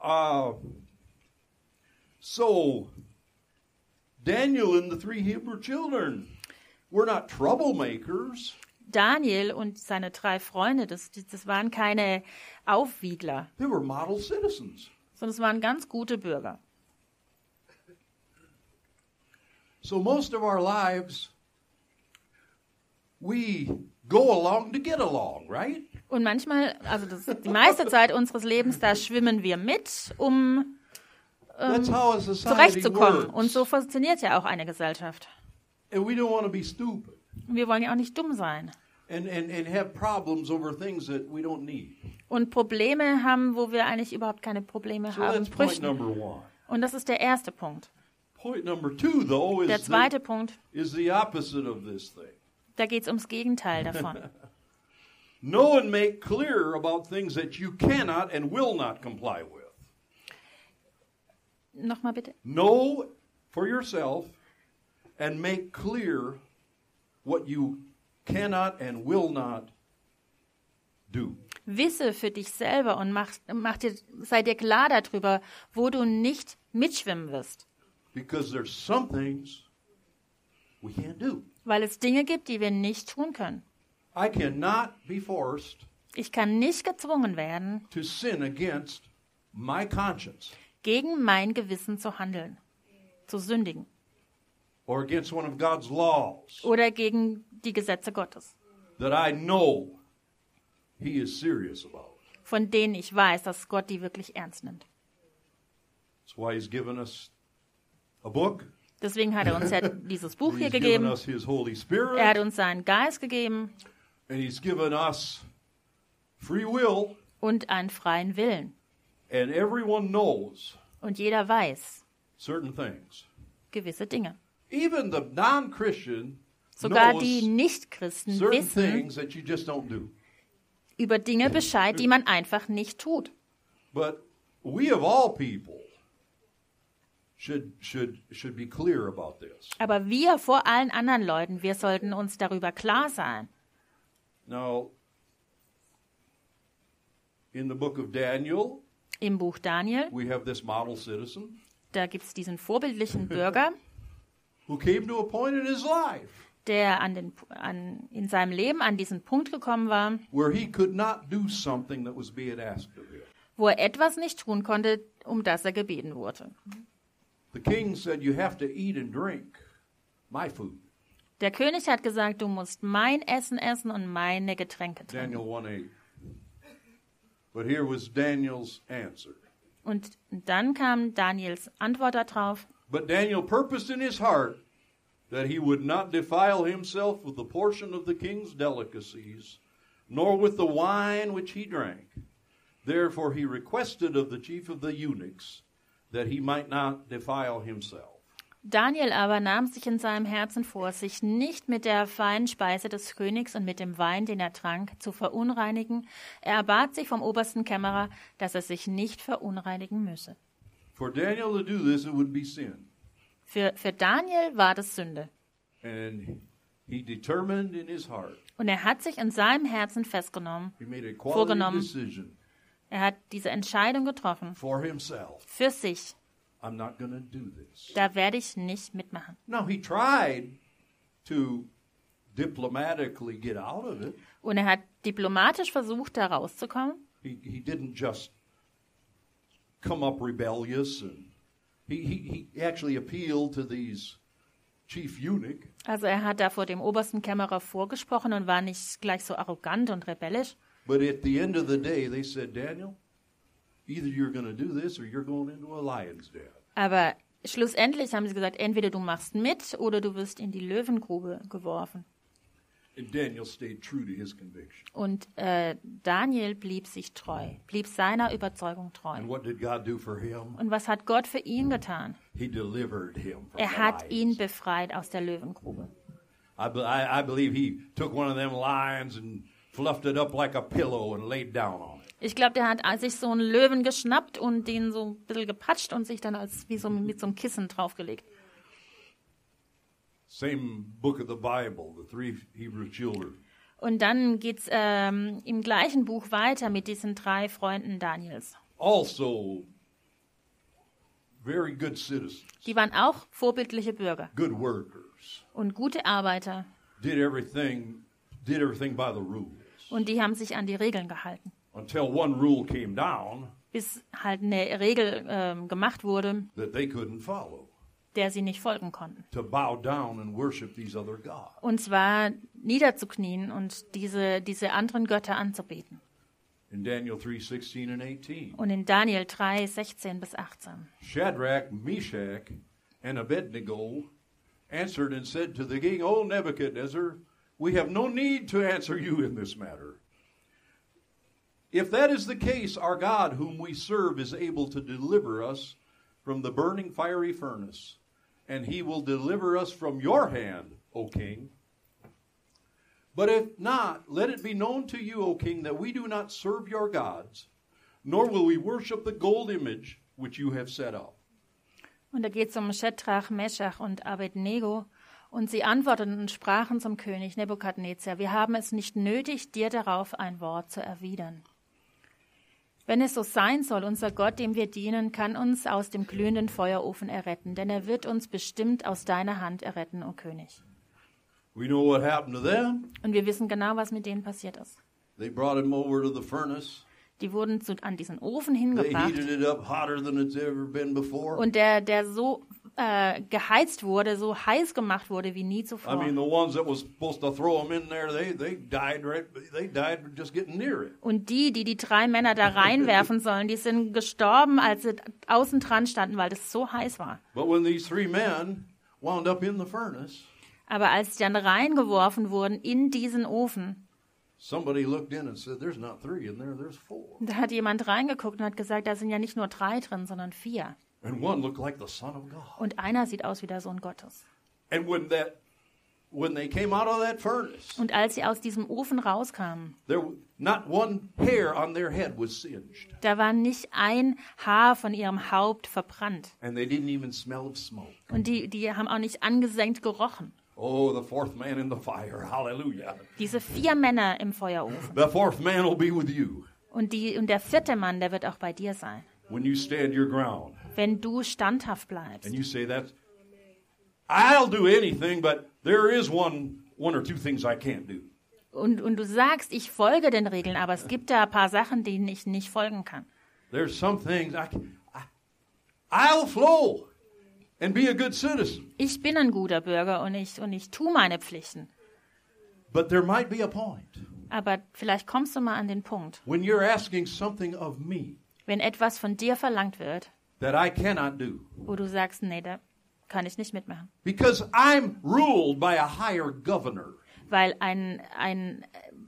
Uh, so, Daniel and the three Hebrew children were not troublemakers. Daniel und seine drei Freunde, das, die- das waren keine Aufwiegler, They were model citizens. sondern es waren ganz gute Bürger. So most of our lives, we go along to get along, right? Und manchmal, also das, die meiste Zeit unseres Lebens, da schwimmen wir mit, um That's how a society zurechtzukommen. Und works. so funktioniert ja auch eine Gesellschaft. And we don't want to be stupid Und Wir wollen ja auch nicht dumm sein and, and, and have problems over things that we don't need. und Probleme haben, wo wir eigentlich überhaupt keine Probleme So haben that's point bräuchten. number one. Und das ist der erste Punkt. Point number two, though, Der is zweite the, Punkt, is the opposite of this thing. da geht es ums Gegenteil davon. Know and make clear about things that you cannot and will not comply with. Nochmal bitte. Know for yourself and make clear what you cannot and will not do. Wisse für dich selber und mach, mach dir, sei dir klar darüber, wo du nicht mitschwimmen wirst. Because there's some things we can't do. Weil es Dinge gibt, die wir nicht tun können. I cannot be forced Ich kann nicht gezwungen werden, to sin against my conscience gegen mein Gewissen zu handeln, zu sündigen or against one of God's laws oder gegen die Gesetze Gottes, that I know He is serious about. von denen ich weiß, dass Gott die wirklich ernst nimmt. That's why He's given us a book. Deswegen hat er uns ja dieses Buch hier He's given gegeben. us His Holy Spirit. Er hat uns seinen Geist gegeben And he's given us free will, und einen freien Willen. and everyone knows Und jeder weiß certain things. gewisse Dinge. Even the non Christian Sogar knows die Nichtchristen certain wissen, things that you just don't do. über Dinge Bescheid, die man einfach nicht tut. But we of all people should should should be clear about this. Aber wir vor allen anderen Leuten, wir sollten uns darüber klar sein. Now in the book of Daniel, Im Buch Daniel, we have this model citizen da gibt es diesen vorbildlichen Bürger, who came to a point in his life der an den, an, in seinem Leben an diesen Punkt gekommen war, where he could not do something that was being asked of him. wo er etwas nicht tun konnte, um das er gebeten wurde. The king said, You have to eat and drink my food. Der König hat gesagt, du musst mein Essen essen und meine Getränke trinken. Daniel 1 8. But here was Daniel's answer. Und dann kam Daniels Antwort darauf. But Daniel purposed in his heart that he would not defile himself with the portion of the king's delicacies, nor with the wine which he drank. Therefore he requested of the chief of the eunuchs that he might not defile himself. Daniel aber nahm sich in seinem Herzen vor, sich nicht mit der feinen Speise des Königs und mit dem Wein, den er trank, zu verunreinigen. Er erbat sich vom obersten Kämmerer, dass er sich nicht verunreinigen müsse. For Daniel to do this, it would be sin. Für, für Daniel war das Sünde. And he determined in his heart, Und er hat sich in seinem Herzen festgenommen. he made a quality Vorgenommen. decision Er hat diese Entscheidung getroffen. for himself. Für sich. I'm not going to do this. Da werde ich nicht mitmachen. Now, he tried to diplomatically get out of it. Und er hat diplomatisch versucht, da rauszukommen. He, he didn't just come up rebellious. and he, he, he actually appealed to these chief eunuch Also er hat da vor dem obersten Kämmerer vorgesprochen und war nicht gleich so arrogant und rebellisch. But at the end of the day, they said, Daniel, either you're going to do this or you're going into a lion's den. Aber schlussendlich haben sie gesagt, entweder du machst mit oder du wirst in die Löwengrube geworfen. And Daniel stayed true to his conviction. Und äh, Daniel blieb sich treu, blieb seiner Überzeugung treu. And what did God do for him? Und was hat Gott für ihn getan? He delivered him from Er the hat lions. ihn befreit aus der Löwengrube. I, be- I, I believe he took one of them lions and fluffed it up like a pillow and laid down on it. Ich glaube, der hat äh, sich so einen Löwen geschnappt und den so ein bisschen gepatscht und sich dann als wie so mit so einem Kissen draufgelegt. Same book of the Bible, the three Hebrew children. Und dann geht's ähm, im gleichen Buch weiter mit diesen drei Freunden Daniels. Also, very good citizens, Die waren auch vorbildliche Bürger good workers, und gute Arbeiter. did everything, did everything by the rules. Und die haben sich an die Regeln gehalten. Until one rule came down Bis halt eine Regel ähm, gemacht wurde, that they couldn't follow der sie nicht folgen konnten. to bow down and worship these other gods. Und zwar niederzuknien und diese, diese anderen Götter anzubeten. In Daniel three sixteen and 18. Und in Daniel 3, 16 bis 18. Shadrach, Meshach, and Abednego answered and said to the king, O Nebuchadnezzar, we have no need to answer you in this matter. If that is the case, our God, whom we serve, is able to deliver us from the burning fiery furnace, and he will deliver us from your hand, O king. But if not, let it be known to you, O king, that we do not serve your gods nor will we worship the gold image which you have set up. Und da geht es um Schetrach, Meschach und Abednego. Und sie antworteten und sprachen zum König Nebukadnezar, wir haben es nicht nötig, dir darauf ein Wort zu erwidern. Wenn es so sein soll, unser Gott, dem wir dienen, kann uns aus dem glühenden Feuerofen erretten, denn er wird uns bestimmt aus deiner Hand erretten, o König. We know what happened to them. Und wir wissen genau, was mit denen passiert ist. They brought him over to the furnace. Die wurden zu, an diesen Ofen They hingebracht heated it up hotter than it's ever been before. und der, der so äh, geheizt wurde, so heiß gemacht wurde wie nie zuvor. I mean, the ones that was supposed to throw him in there, they, they died right. They died just getting near it. Und die, die die drei Männer da reinwerfen sollen, die sind gestorben, als sie außen dran standen, weil es so heiß war. But when these three men wound up in the furnace, Aber als sie dann reingeworfen wurden in diesen Ofen, somebody looked in and said, "There's not three in there. There's four. da hat jemand reingeguckt und hat gesagt, da sind ja nicht nur drei drin, sondern vier. And one looked like the son of God." Und einer sieht aus wie der Sohn Gottes. And when that, when they came out of that furnace, Und als sie aus diesem Ofen rauskamen, there not one hair on their head was singed. da war nicht ein Haar von ihrem Haupt verbrannt. and they didn't even smell of smoke. Und die, die haben auch nicht angesenkt gerochen. Oh, the fourth man in the fire. Hallelujah. Diese vier Männer im Feuerofen. The fourth man will be with you Und, die, und der vierte Mann, der wird auch bei dir sein. when you stand your ground wenn du standhaft bleibst. and you say that's I'll do anything, but there is one one or two things I can't do. Und, und du sagst, ich folge den Regeln, aber es gibt da ein paar Sachen, denen ich nicht folgen kann. There's some things I can I, I'll flow. and be a good citizen. Ich bin ein guter Bürger und ich, und ich tue meine Pflichten. But there might be a point Aber vielleicht kommst du mal an den Punkt, when you're asking something of me wenn etwas von dir verlangt wird, that I cannot do wo du sagst, nee, da kann ich nicht mitmachen. because I'm ruled by a higher governor. Weil, ein, ein,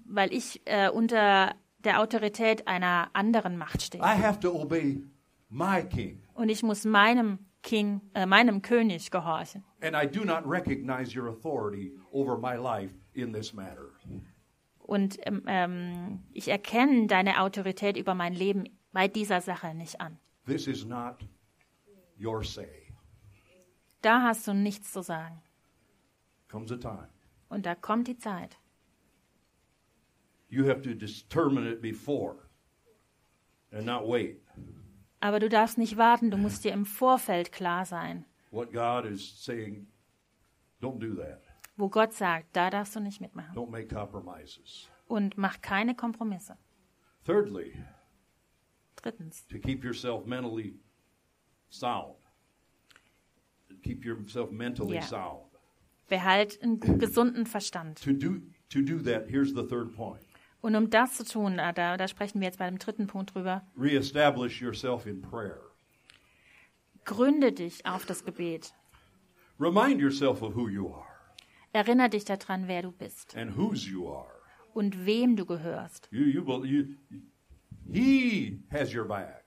weil ich äh, unter der Autorität einer anderen Macht stehe. I have to obey my king, Und ich muss meinem King, äh, meinem König gehorchen. and I do not recognize your authority over my life in this matter. Und ähm, ähm, ich erkenne deine Autorität über mein Leben bei dieser Sache nicht an. This is not your say. Da hast du nichts zu sagen. Comes a time Und da kommt die Zeit. you have to determine it before and not wait. Aber du darfst nicht warten, du musst dir im Vorfeld klar sein, What God is saying, don't do that. wo Gott sagt, da darfst du nicht mitmachen. Don't make compromises. Und mach keine Kompromisse. Thirdly, Drittens, to keep yourself mentally sound. Keep yourself mentally Yeah. sound. behalt einen gu- gesunden Verstand. To do to do that, here's the third point. Und um das zu tun, ah, da, da sprechen wir jetzt bei dem dritten Punkt drüber, Reestablish yourself in prayer. gründe dich auf das Gebet. Remind yourself of who you are Erinnere dich daran, wer du bist and whose you are. und wem du gehörst. You you will you he has your back.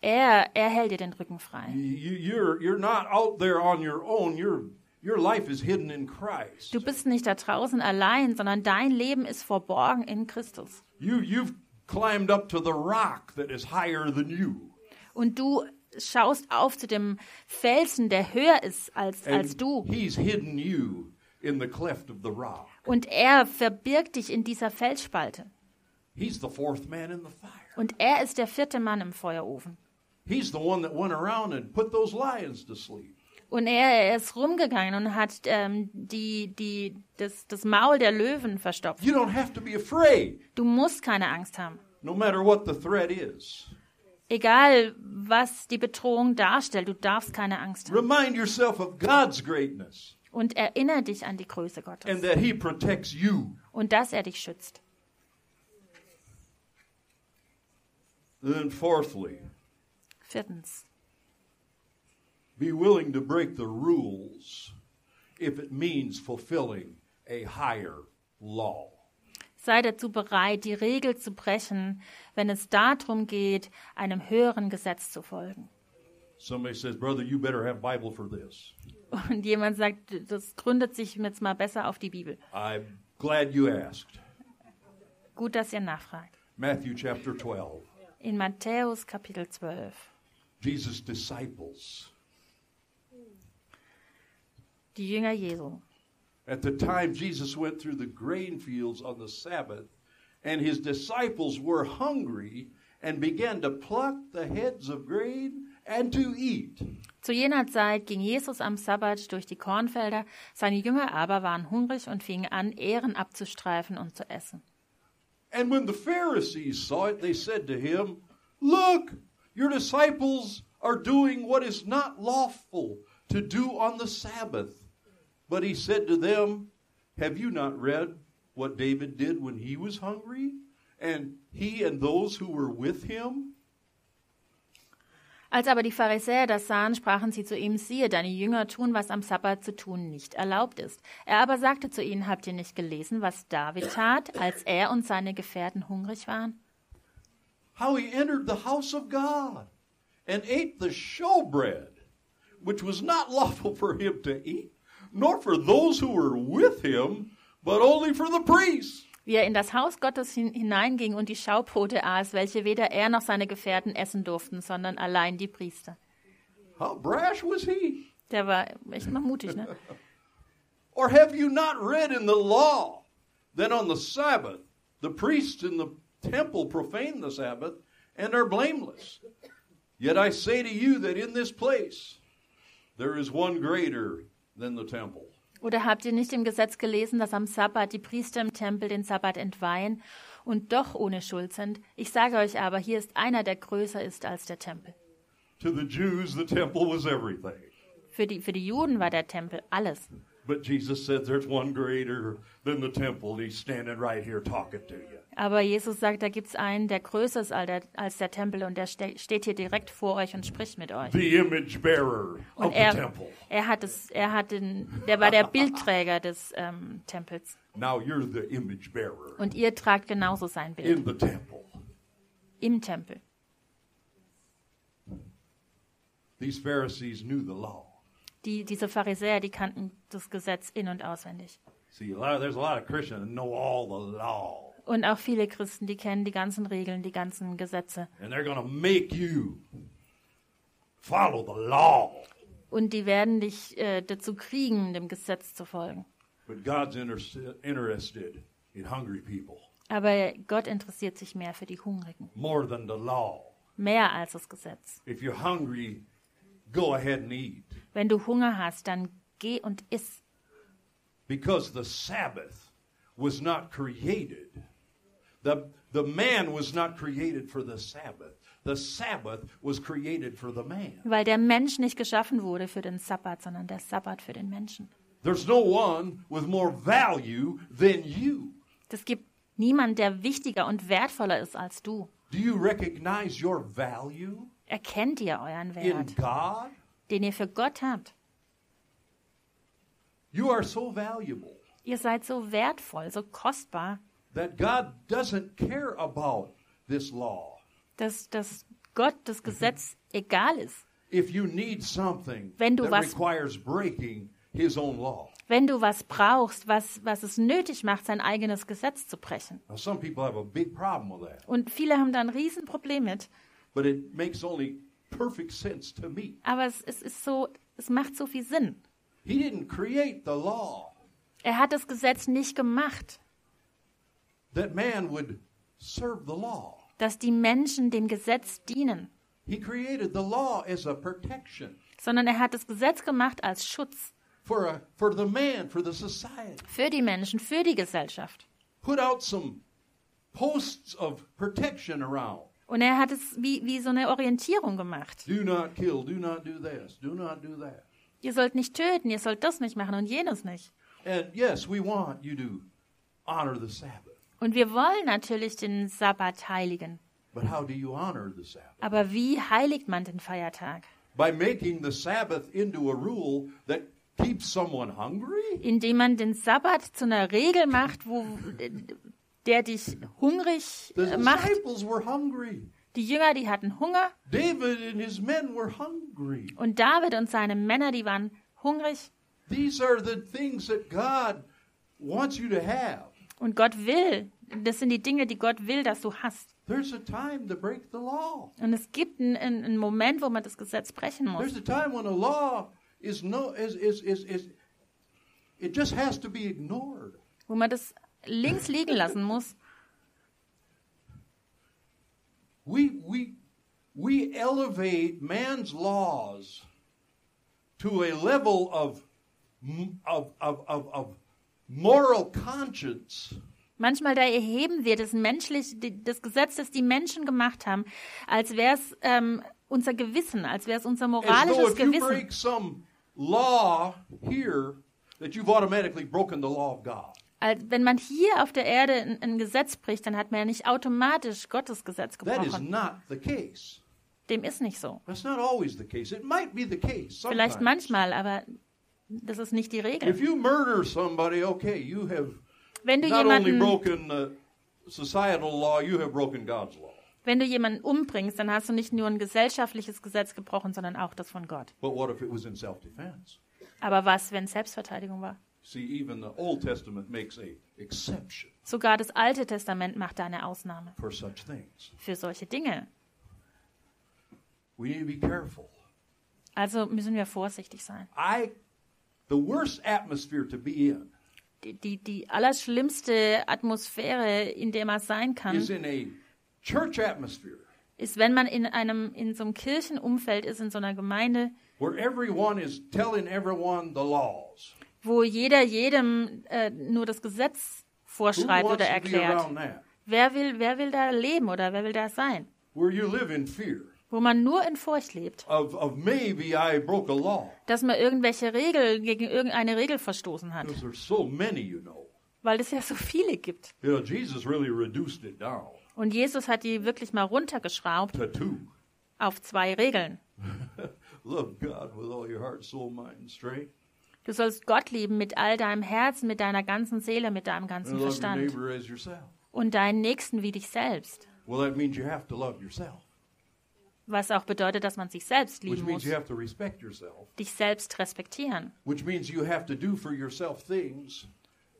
Er, er hält dir den Rücken You, frei. you're you're not out there on your own. Your your life is hidden in Christ. Du bist nicht da draußen allein, sondern dein Leben ist verborgen in Christus. You you've climbed up to the rock that is higher than you. Und du schaust auf zu dem Felsen, der höher ist als, And als du. He's hidden you in the cleft of the rock. Und er verbirgt dich in dieser Felsspalte. He's the fourth man in the fire. Und er ist der vierte Mann im Feuerofen. He's the one that went around and put those lions to sleep. Und er, er ist rumgegangen und hat ähm, die, die, das, das Maul der Löwen verstopft. You don't have to be afraid, Du musst keine Angst haben. no matter what the threat is. Egal, was die Bedrohung darstellt, du darfst keine Angst haben. Remind yourself of God's greatness Und erinnere dich an die Größe Gottes. and that He protects you. und dass er dich schützt. Then, fourthly, Viertens, be willing to break the rules if it means fulfilling a higher law. sei dazu bereit, die Regel zu brechen, wenn es darum geht, einem höheren Gesetz zu folgen. Somebody says, Brother, you better have Bible for this. Und jemand sagt, das gründet sich jetzt mal besser auf die Bibel. I'm glad you asked. Gut, dass ihr nachfragt. Matthew chapter 12. In Matthäus Kapitel 12. Jesus' disciples. Die Jünger Jesu. At the time Jesus went through the grain fields on the Sabbath, and his disciples were hungry and began to pluck the heads of grain and to eat. Zu jener Zeit ging Jesus am Sabbat durch die Kornfelder, seine Jünger aber waren hungrig und fingen an, Ähren abzustreifen und zu essen. And when the Pharisees saw it, they said to him, Look, your disciples are doing what is not lawful to do on the Sabbath. But he said to them, Have you not read what David did when he was hungry? And he and those who were with him? Als aber die Pharisäer das sahen, sprachen sie zu ihm, siehe, deine Jünger tun, was am Sabbat zu tun nicht erlaubt ist. Er aber sagte zu ihnen, habt ihr nicht gelesen, was David tat, als er und seine Gefährten hungrig waren? How he entered the house of God and ate the showbread, which was not lawful for him to eat, nor for those who were with him, but only for the priests. Wie er in das Haus Gottes hin hineinging und die Schaubrote aß, welche weder er noch seine Gefährten essen durften, sondern allein die Priester. How brash was he? Der war echt mal mutig, ne? Or have you not read in the law that on the Sabbath the priests in the temple profane the Sabbath and are blameless? Yet I say to you that in this place there is one greater than the temple. Oder habt ihr nicht im Gesetz gelesen, dass am Sabbat die Priester im Tempel den Sabbat entweihen und doch ohne Schuld sind? Ich sage euch aber, hier ist einer, der größer ist als der Tempel. To the Jews, the temple was everything. Für die, für die Juden war der Tempel alles. But Jesus said, There's one greater than the temple, and he's standing right here talking to you. Aber Jesus sagt, da gibt es einen, der größer ist als der, als der Tempel und der ste steht hier direkt vor euch und spricht mit euch. The image bearer Und of the er, temple. er hat es, er hat den, der war der Bildträger des ähm, Tempels. Now you're the image bearer Und ihr tragt genauso sein Bild in the temple. im Tempel. These Pharisees knew the law. Die, diese Pharisäer, die kannten das Gesetz in- und auswendig. See, a lot there's a lot of Christians that know all the law, Und auch viele Christen, die kennen die ganzen Regeln, die ganzen Gesetze. and they're going to make you follow the law. Und die werden dich äh, dazu kriegen, dem Gesetz zu folgen. But God's inter- interested in hungry people Aber Gott interessiert sich mehr für die Hungrigen, more than the law. mehr als das Gesetz. If you're hungry, go ahead and eat. Wenn du Hunger hast, dann geh und iss, Because the Sabbath was not created. The, the man was not created for the Sabbath. The Sabbath was created for the man. weil der Mensch nicht geschaffen wurde für den Sabbat, sondern der Sabbat für den Menschen. There's no one with more value than you. Es gibt niemanden, der wichtiger und wertvoller ist als du. Do you recognize your value Erkennt ihr euren in Wert, God? den ihr für Gott habt? You are so valuable Ihr seid so wertvoll, so kostbar, that God doesn't care about this law. dass, dass Gott das Gesetz egal ist. If you need something Wenn du that was- requires breaking his own law. Wenn du was brauchst, was, was es nötig macht, sein eigenes Gesetz zu brechen. Now, some people have a big problem with that. Und viele haben da ein Riesenproblem mit. but it makes only perfect sense to me. Aber es, es ist so, es macht so viel Sinn. He didn't create the law Er hat das Gesetz nicht gemacht, that man would serve the law. dass die Menschen dem Gesetz dienen, He created the law as a protection sondern er hat das Gesetz gemacht als Schutz for a, for the man, for the society. für die Menschen, für die Gesellschaft. Put out some posts of protection around. Und er hat es wie, wie so eine Orientierung gemacht. Do not kill, do not do this, do not do that. Ihr sollt nicht töten, ihr sollt das nicht machen und jenes nicht. And yes, we want you to honor the Sabbath. Und wir wollen natürlich den Sabbat heiligen. But how do you honor the Sabbath? Aber wie heiligt man den Feiertag? By making the Sabbath into a rule that keeps someone hungry? Indem man den Sabbat zu einer Regel macht, wo der dich hungrig The äh, macht. disciples were hungry. Die Jünger, die hatten Hunger David and his men were hungry. und David und seine Männer, die waren hungrig These are the things that God wants you to have. und Gott will. Das sind die Dinge, die Gott will, dass du hast. There's a time to break the law. Und es gibt einen, einen einen Moment, wo man das Gesetz brechen muss. There's a time when a law is no is is is, is it just has to be ignored. wo man das links liegen lassen muss. We we we elevate man's laws to a level of m- of of of, of moral conscience Manchmal da erheben wir das menschlich, die- das Gesetz, das die Menschen gemacht haben, als wäre es ähm, unser Gewissen, als wäre es unser As though moralisches if you Gewissen. break some law here, that you've automatically broken the law of God. Als, wenn man hier auf der Erde ein, ein Gesetz bricht, dann hat man ja nicht automatisch Gottes Gesetz That is gebrochen. not the case. Dem ist nicht so. That's not always the case. It might be the case. Vielleicht Sometimes. manchmal, aber das ist nicht die If Regel. you murder somebody, okay, you have Wenn du not only jemanden, broken the societal law, you have broken God's law. wenn du jemanden umbringst, dann hast du nicht nur ein gesellschaftliches Gesetz gebrochen, sondern auch das von Gott. But what if it was in self defense? Aber was, wenn Selbstverteidigung war? See, even the Old Testament makes a exception Sogar das Alte Testament macht da eine Ausnahme for such things. für solche Dinge. We need to be careful. Also müssen wir vorsichtig sein. I the worst atmosphere to be in Die, die, die allerschlimmste Atmosphäre, in der man sein is kann, in a church atmosphere ist, wenn man in einem, in so einem Kirchenumfeld ist, in so einer Gemeinde, where everyone is telling everyone the laws. wo jeder jedem äh, nur das Gesetz Who vorschreibt wants oder to be erklärt. around that? Wer will, wer will da leben oder wer will da sein? Where you live in fear. wo man nur in Furcht lebt, of, of maybe I broke a law. dass man irgendwelche Regeln gegen irgendeine Regel verstoßen hat, Because there's so many, you know. weil es ja so viele gibt. You know, Jesus really reduced it down Und Jesus hat die wirklich mal runtergeschraubt to two. auf zwei Regeln. Love God with all your heart, soul, mind, and strength. Du sollst Gott lieben mit all deinem Herzen, mit deiner ganzen Seele, mit deinem ganzen And love your Verstand neighbor as yourself. und deinen Nächsten wie dich selbst. Well, that means you have to love yourself, Was auch bedeutet, dass man sich selbst which lieben means muss, you have to respect yourself, dich selbst respektieren. which means you have to do for yourself things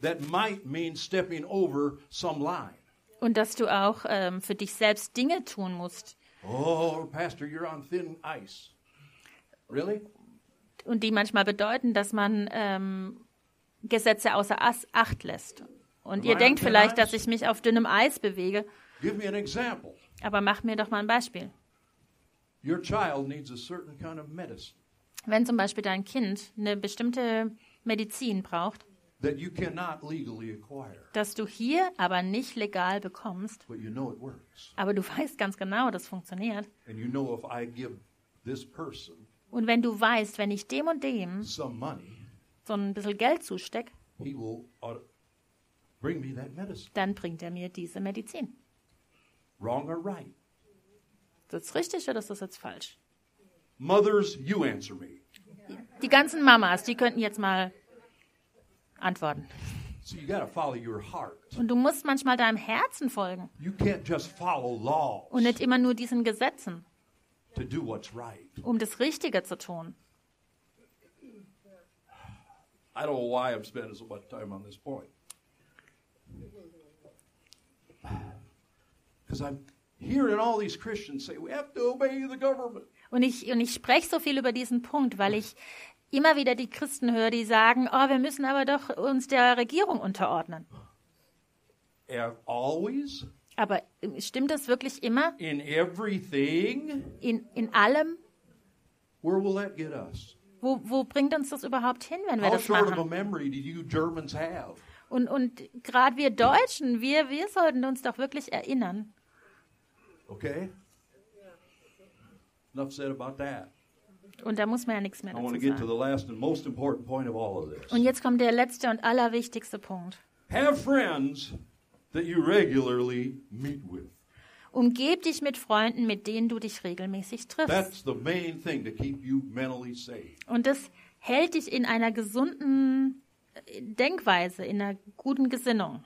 that might mean stepping over some line. Und dass du auch ähm, für dich selbst Dinge tun musst, Oh, Pastor, you're on thin ice. Really? und die manchmal bedeuten, dass man ähm, Gesetze außer As Acht lässt. Und ihr Am denkt Eis? vielleicht, dass ich mich auf dünnem Eis bewege, Give me an example. aber macht mir doch mal ein Beispiel. Your child needs a certain kind of medicine Wenn zum Beispiel dein Kind eine bestimmte Medizin braucht, that you cannot legally acquire, dass du hier aber nicht legal bekommst, but you know it works. aber du weißt ganz genau, das funktioniert. And you know if I give this person Und wenn du weißt, wenn ich dem und dem some money, so ein bisschen Geld zustecke, he will auto- bring me that medicine. dann bringt er mir diese Medizin. Wrong or right? Ist das richtig oder ist das jetzt falsch? Mothers, you answer me. Die ganzen Mamas, die könnten jetzt mal antworten. So you got to follow your heart. Und du musst manchmal deinem Herzen folgen You can't just follow laws und nicht immer nur diesen Gesetzen, to do what's right. um das Richtige zu tun. I don't know why I'm spending so much time on this point. Because I'm hearing all these Christians say, we have to obey the government. Und ich, und ich spreche so viel über diesen Punkt, weil ich immer wieder die Christen höre, die sagen, oh, wir müssen aber doch uns der Regierung unterordnen. And always, Aber äh, stimmt das wirklich immer? in everything, In, in allem? where will that get us? Wo, wo bringt uns das überhaupt hin, wenn wir How das short of a machen? memory do you Germans have? Und, und gerade wir Deutschen, wir, wir sollten uns doch wirklich erinnern. Okay? Enough said about that. Und da muss man ja nichts mehr I want dazu to get to sagen. the last and most important point of all of this. Und jetzt kommt der letzte und allerwichtigste Punkt. Have friends that you regularly meet with. Umgeb dich mit Freunden, mit denen du dich regelmäßig triffst. That's the main thing to keep you mentally safe. Und das hält dich in einer gesunden äh, Denkweise, in einer guten Gesinnung.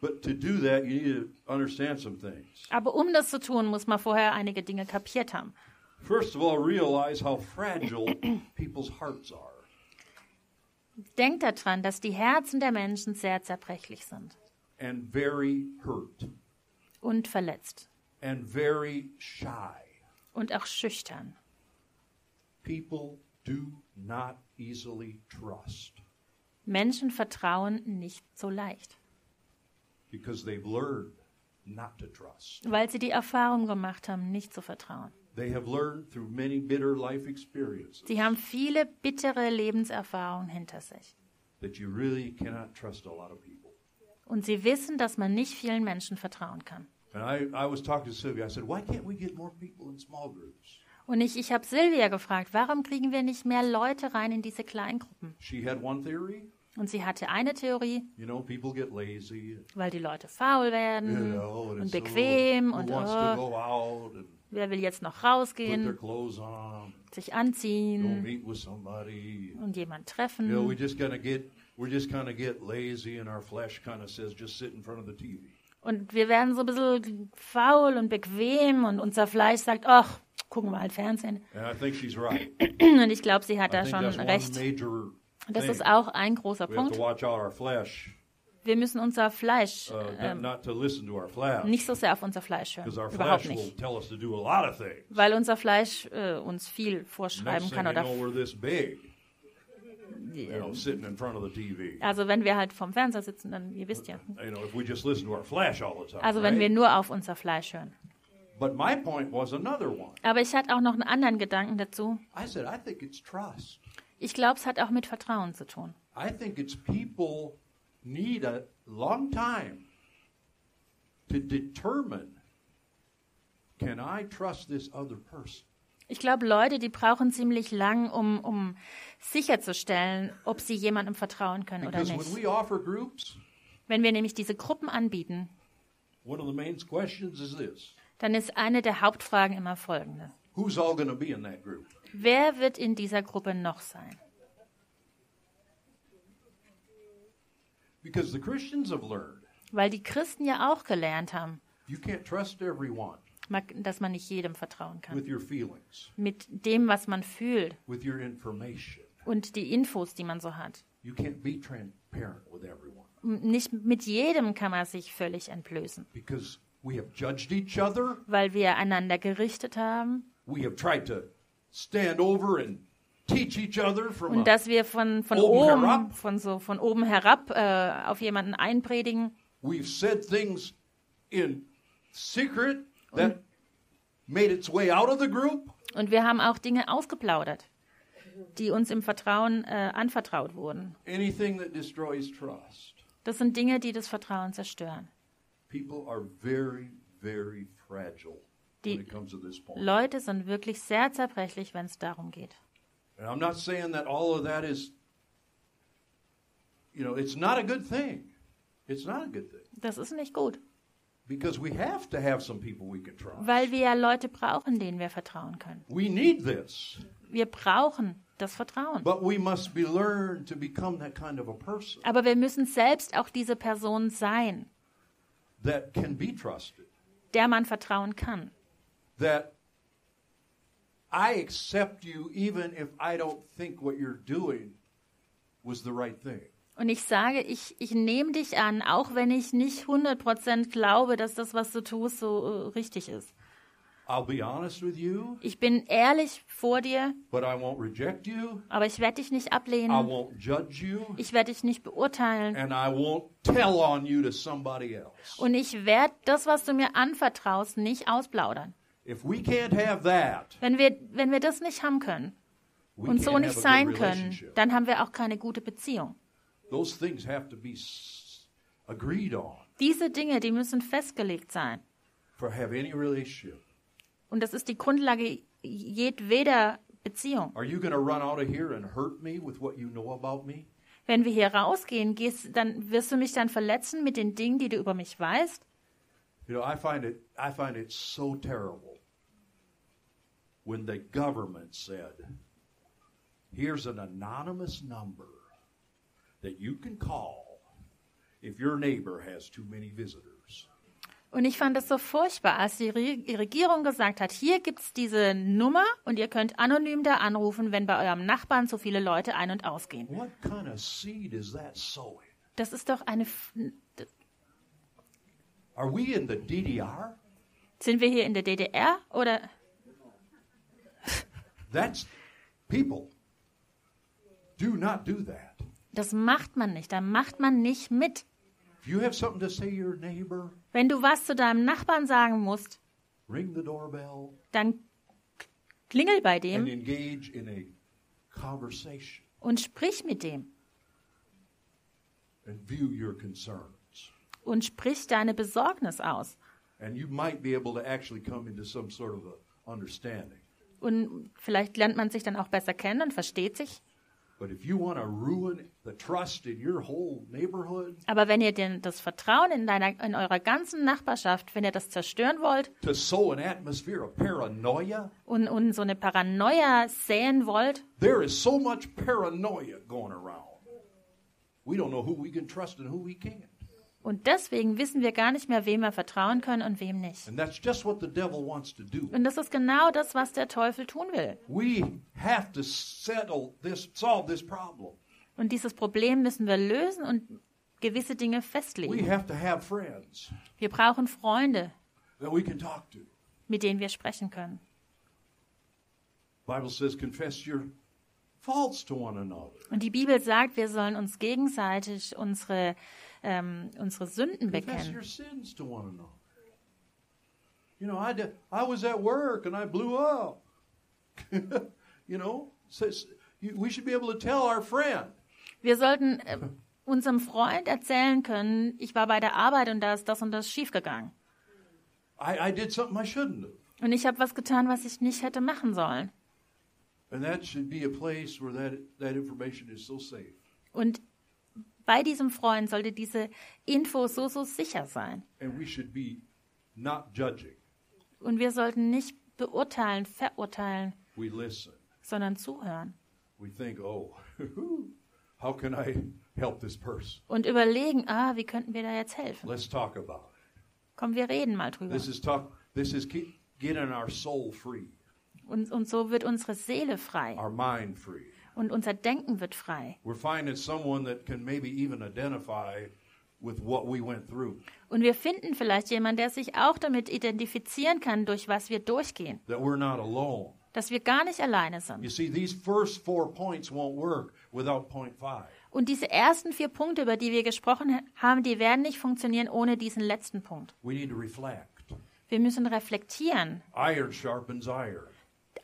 But to do that, you need to understand some things. Aber um das zu tun, muss man vorher einige Dinge kapiert haben. First of all, realize how fragile people's hearts are. Denk daran, dass die Herzen der Menschen sehr zerbrechlich sind and very hurt und verletzt and very shy. und auch schüchtern. People do not easily trust Menschen vertrauen nicht so leicht, because they've learned not to trust. weil sie die Erfahrung gemacht haben, nicht zu vertrauen. They have learned through many bitter life experiences Sie haben viele bittere Lebenserfahrungen hinter sich. that you really cannot trust a lot of people. Und sie wissen, dass man nicht vielen Menschen vertrauen kann. And I, I was talking to Sylvia. I said, why can't we get more people in small groups? Und ich, ich habe Silvia gefragt, warum kriegen wir nicht mehr Leute rein in diese Kleingruppen? She had one theory. Und sie hatte eine Theorie, You know, people get lazy. weil die Leute faul You werden know, and und it's, oh, bequem who und wants to oh, go out and wer will jetzt noch put their rausgehen, clothes on, sich go anziehen meet with somebody, und jemand You know, we treffen. just gonna get we're just gonna get lazy, and our flesh kind of says just sit in front of the TV. Und wir werden so ein bisschen faul und bequem und unser Fleisch sagt, ach, gucken wir halt Fernsehen. And I think she's right. Und ich glaube, sie hat I da think schon that's one recht. major. Das thing. ist auch ein großer we have to Punkt. watch out our flesh, Wir müssen unser Fleisch, uh, not, ähm, not to listen to our flesh, nicht so sehr auf unser Fleisch hören. because our Überhaupt flesh will nicht. tell us to do a lot of things. Weil unser Fleisch äh, uns viel Next vorschreiben thing kann. you Oder know, we're this big, you know, sitting in front of the TV. also wenn wir halt vorm Fernseher sitzen, dann, ihr wisst ja. You know, if we just listen to our flesh all the time. Also wenn wir right? nur auf unser Fleisch hören. But my point was another one. Aber ich hatte auch noch einen anderen Gedanken dazu. I said I think it's trust. Ich glaube, es hat auch mit Vertrauen zu tun. I think it's people need a long time to determine Can I trust this other person? Ich glaube, Leute, die brauchen ziemlich lang, um, um sicherzustellen, ob sie jemandem vertrauen können oder Because when nicht. we offer groups, Wenn wir nämlich diese Gruppen anbieten, one of the main questions is this dann ist eine der Hauptfragen immer folgende. Who's all going to be in that group? Wer wird in dieser Gruppe noch sein? Because the Christians have learned Weil die Christen ja auch gelernt haben, you can't trust everyone mag- dass man nicht jedem vertrauen kann. with your feelings, Mit dem, was man fühlt with your information. und die Infos, die man so hat. You can't be transparent with everyone M- Nicht mit jedem kann man sich völlig entblößen, because we have judged each other. weil wir einander gerichtet haben We have tried to stand over and teach each other from und a dass wir von, von Oben oben, herab. von so von oben herab äh, auf jemanden einpredigen. We've said things in secret that made its way out of the group, Und wir haben auch Dinge ausgeplaudert, die uns im Vertrauen äh, anvertraut wurden. anything that destroys trust. Das sind Dinge, die das Vertrauen zerstören. People are very, very fragile when Die- it comes to this point. Leute sind wirklich sehr zerbrechlich, wenn es darum geht. And I'm not saying that all of that is, you know, it's not a good thing. It's not a good thing Das ist nicht gut, because we have to have some people we can trust. weil wir ja Leute brauchen, denen wir vertrauen können. we need this, Wir brauchen das Vertrauen. but we must be learned to become that kind of a person Aber wir müssen selbst auch diese Person sein, that can be trusted. der man vertrauen kann. That I accept you even if I don't think what you're doing was the right thing. Und ich sage, ich, ich nehme dich an, auch wenn ich nicht 100% glaube, dass das, was du tust, so äh, richtig ist. I'll be honest with you, Ich bin ehrlich vor dir, but I won't reject you. aber ich werde dich nicht I ablehnen. won't judge you. Ich werde dich nicht beurteilen. and I won't tell on you to somebody else. Und ich werde das, was du mir anvertraust, nicht ausplaudern. If we can't have that, Wenn wir, wenn wir das nicht haben können we und can't so have nicht a good sein können, relationship. dann haben wir auch keine gute Beziehung. Those things have to be s- agreed on Diese Dinge, die müssen festgelegt sein. for have any relationship. Und das ist die Grundlage jedweder Beziehung. Are you going to run out of here and hurt me with what you know about me? Wenn wir hier rausgehen, gehst, dann wirst du mich dann verletzen mit den Dingen, die du über mich weißt. You know, I find it I find it so terrible when the government said, "Here's an anonymous number that you can call if your neighbor has too many visitors." Und ich fand es so furchtbar, als die Re Regierung gesagt hat, hier gibt's diese Nummer und ihr könnt anonym da anrufen, wenn bei eurem Nachbarn so viele Leute ein- und ausgehen. What kind of seed is that sowing? Das ist doch eine... F Are we in the DDR? Sind wir hier in der DDR oder... That's people. Do not do that. Das macht man nicht, da macht man nicht mit. If you have something to say to your neighbor, Wenn du was zu deinem Nachbarn sagen musst, ring the doorbell dann klingel bei and dem engage in a conversation und sprich mit dem and view your concerns. und sprich deine Besorgnis aus. And you might be able to actually come into some sort of a understanding. Und vielleicht lernt man sich dann auch besser kennen und versteht sich. But if you want to ruin the trust in your whole neighborhood Aber wenn ihr denn das Vertrauen in, deiner, in eurer ganzen Nachbarschaft, wenn ihr das zerstören wollt to sow an atmosphere of paranoia, und, und so eine Paranoia säen wollt, There is so much paranoia going around. We don't know who we can trust and who we can't. und deswegen wissen wir gar nicht mehr, wem wir vertrauen können und wem nicht. And that's just what the devil wants to do. Und das ist genau das, was der Teufel tun will. We have to settle this, solve this problem. Und dieses Problem müssen wir lösen und gewisse Dinge We festlegen. have to have friends Wir brauchen Freunde, that we can talk to. mit denen wir sprechen können. Bible says, confess your faults to one another. Und die Bibel sagt, wir sollen uns gegenseitig unsere, ähm, unsere Sünden Confess bekennen. your sins to one another. You know, I, did, I was at work and I blew up. you know, says, you- we should be able to tell our friend. Wir sollten äh, unserem Freund erzählen können, ich war bei der Arbeit und da ist das und das schiefgegangen. I, I did something I shouldn't have. Und ich habe was getan, was ich nicht hätte machen sollen. And that should be a place where that, that information is so safe. Und bei diesem Freund sollte diese Info so, so sicher sein. And we should be not judging. Und wir sollten nicht beurteilen, verurteilen, We listen. sondern zuhören. We think, oh, how can I help this person? Und überlegen, ah, wie könnten wir da jetzt helfen? Let's talk about it. Komm, wir reden mal drüber. This is talk. This is keep getting our soul free, Und, und so wird unsere Seele frei our mind free. und unser Denken wird frei. We're finding someone that can maybe even identify with what we went through. Und wir finden vielleicht jemanden, der sich auch damit identifizieren kann, durch was wir durchgehen. That we're not alone. Dass wir gar nicht alleine You sind. see, these first four points won't work without point five. Und diese ersten vier Punkte, über die wir gesprochen haben, die werden nicht funktionieren ohne diesen letzten Punkt. We need to reflect. Wir müssen reflektieren. Iron sharpens iron.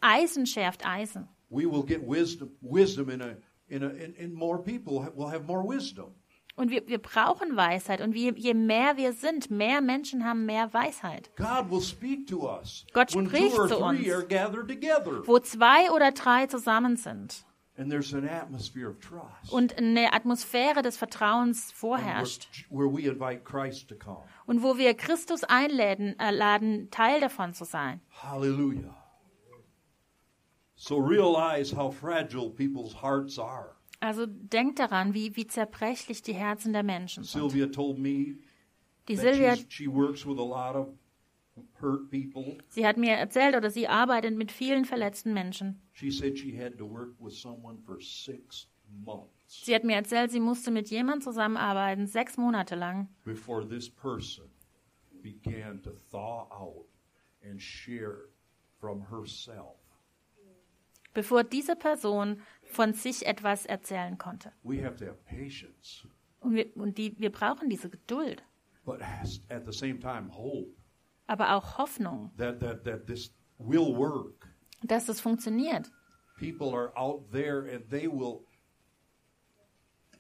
Eisen schärft Eisen. We will get wisdom. Wisdom in a in a in, in more people ha- will have more wisdom. Und wir, wir brauchen Weisheit. Und je, je mehr wir sind, mehr Menschen haben mehr Weisheit. God will speak to us Gott when two spricht or zu three uns. are gathered together, Wo zwei oder drei zusammen sind and there's an atmosphere of trust. und eine Atmosphäre des Vertrauens and where- vorherrscht where we invite Christ to come. und wo wir Christus einladen, äh, laden, Teil davon zu sein. Hallelujah. So realize how fragile people's hearts are. Also denkt daran, wie, wie zerbrechlich die Herzen der Menschen sind. Sylvia told me Die that Silvia, she's- she works with a lot of hurt people. sie hat mir erzählt oder sie arbeitet mit vielen verletzten Menschen. She said she had to work with someone for six months Sie hat mir erzählt, sie musste mit jemandem zusammenarbeiten, sechs Monate lang, before this person began to thaw out and share from herself. bevor diese Person von sich etwas erzählen konnte. We have to have patience, Und, wir, und die, wir brauchen diese Geduld, but at the same time, hope aber auch Hoffnung, that, that, that this will work. dass es funktioniert. people are out there and they will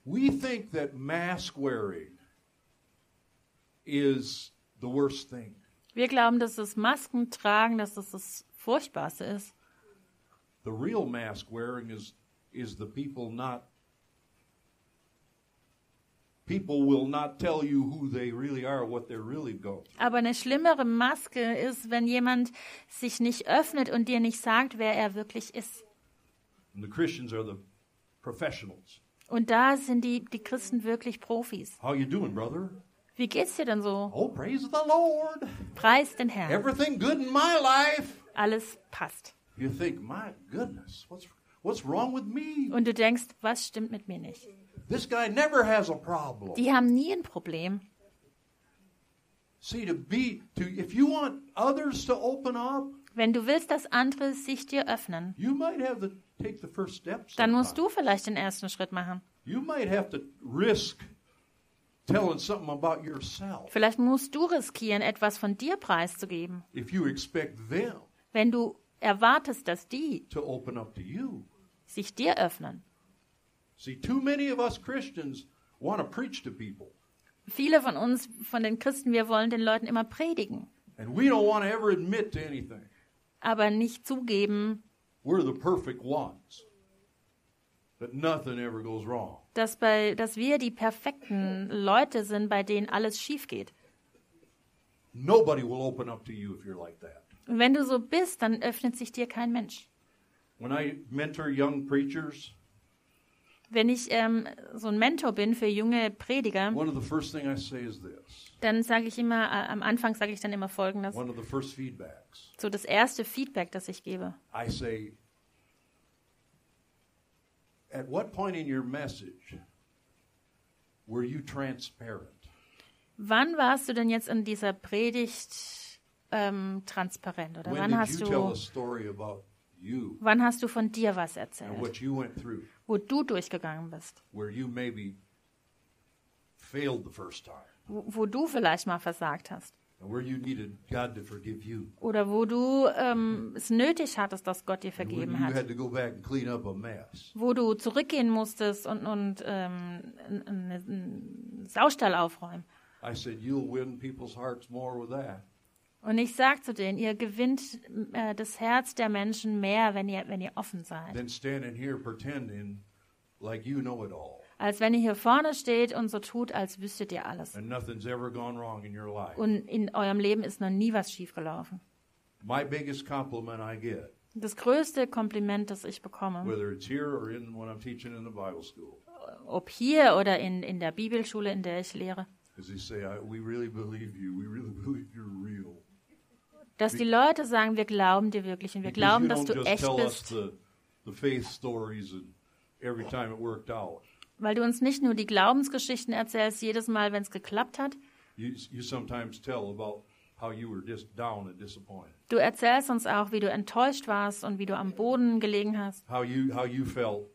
we think that mask wearing is the worst thing Wir glauben, dass das Masken tragen, dass das das Furchtbarste ist. the real mask wearing is is the people not people will not tell you who they really are what they're really going through. Aber eine schlimmere Maske ist, wenn jemand sich nicht öffnet und dir nicht sagt, wer er wirklich ist. and the christians are the professionals Und da sind die, die Christen wirklich Profis. how you doing brother Wie geht's dir denn so? oh praise the lord Preis den Herrn. everything good in my life Alles passt. You think, my goodness, what's what's wrong with me? Und du denkst, was stimmt mit mir nicht? This guy never has a problem. Die haben nie ein Problem. See, to be to if you want others to open up, Wenn du willst, dass andere sich dir öffnen, you might have to take the first steps. dann musst du vielleicht den ersten Schritt machen. You might have to risk telling something about yourself Vielleicht musst du riskieren, etwas von dir preiszugeben, if you expect them wenn du erwartest, dass die to open up to you. sich dir öffnen. See, too many of us Christians want to preach to people, Viele von uns, von den Christen, wir wollen den Leuten immer predigen, and we don't want to ever admit to anything. aber nicht zugeben, We're the perfect ones. That nothing ever goes wrong. dass, bei, dass wir die perfekten Leute sind, bei denen alles schief geht. Nobody will open up to you if you're like that. Und wenn du so bist, dann öffnet sich dir kein Mensch. When I mentor young preachers, Wenn ich ähm, so ein Mentor bin für junge Prediger, one of the first thing I say is this. dann sage ich immer, äh, am Anfang sage ich dann immer Folgendes, One of the first feedbacks. so das erste Feedback, das ich gebe. I say, at what point in your message were you transparent? Wann warst du denn jetzt in dieser Predigt ähm, transparent oder When wann did hast you tell a du story about you wann hast du von dir was and erzählt, what you went through wo du durchgegangen bist, where you maybe failed the first time wo, wo du vielleicht mal versagt hast and where you needed God to forgive you? oder wo du ähm, es nötig hattest, dass Gott dir And when vergeben you hat, had to go back and clean up a mess. wo du zurückgehen musstest und und ähm, n- n- einen Saustall aufräumen. I said, You'll win people's hearts more with that Und ich sag zu denen, ihr gewinnt äh, das Herz der Menschen mehr, wenn ihr, wenn ihr offen seid, than standing here pretending like you know it all als wenn ihr hier vorne steht und so tut, als wüsstet ihr alles. and nothing's ever gone wrong in your life. Und in eurem Leben ist noch nie was schiefgelaufen. My biggest compliment I get, Das größte Kompliment, das ich bekomme, whether it's here or in when I'm teaching in the Bible school, ob hier oder in, in der Bibelschule, in der ich lehre, is they say, I, "We really believe you. We really believe you're real." dass die Leute sagen, wir glauben dir wirklich und wir Because glauben, you dass don't du just echt tell us bist, the, the faith stories and every time it worked out. weil du uns nicht nur die Glaubensgeschichten erzählst, jedes Mal, wenn es geklappt hat, You, you sometimes tell about how you were just down and disappointed, du erzählst uns auch, wie du enttäuscht warst und wie du am Boden gelegen hast, how you how you felt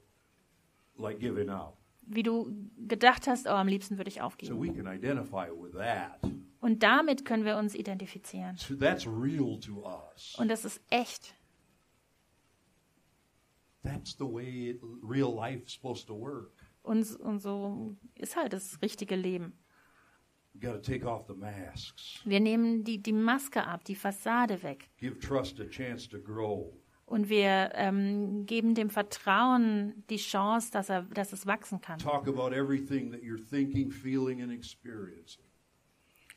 like giving up. wie du gedacht hast, oh, am liebsten würde ich So aufgeben. we can identify with that. Und damit können wir uns identifizieren. So that's real to us. Und das ist echt. That's the way it, real life's supposed to work. Und, und so ist halt das richtige Leben. You got to take off the masks. Wir nehmen die, die Maske ab, die Fassade weg. Give trust a chance to grow. Und wir ähm, geben dem Vertrauen die Chance, dass, er, dass es wachsen kann. Talk about everything that you're thinking, feeling, and experiencing.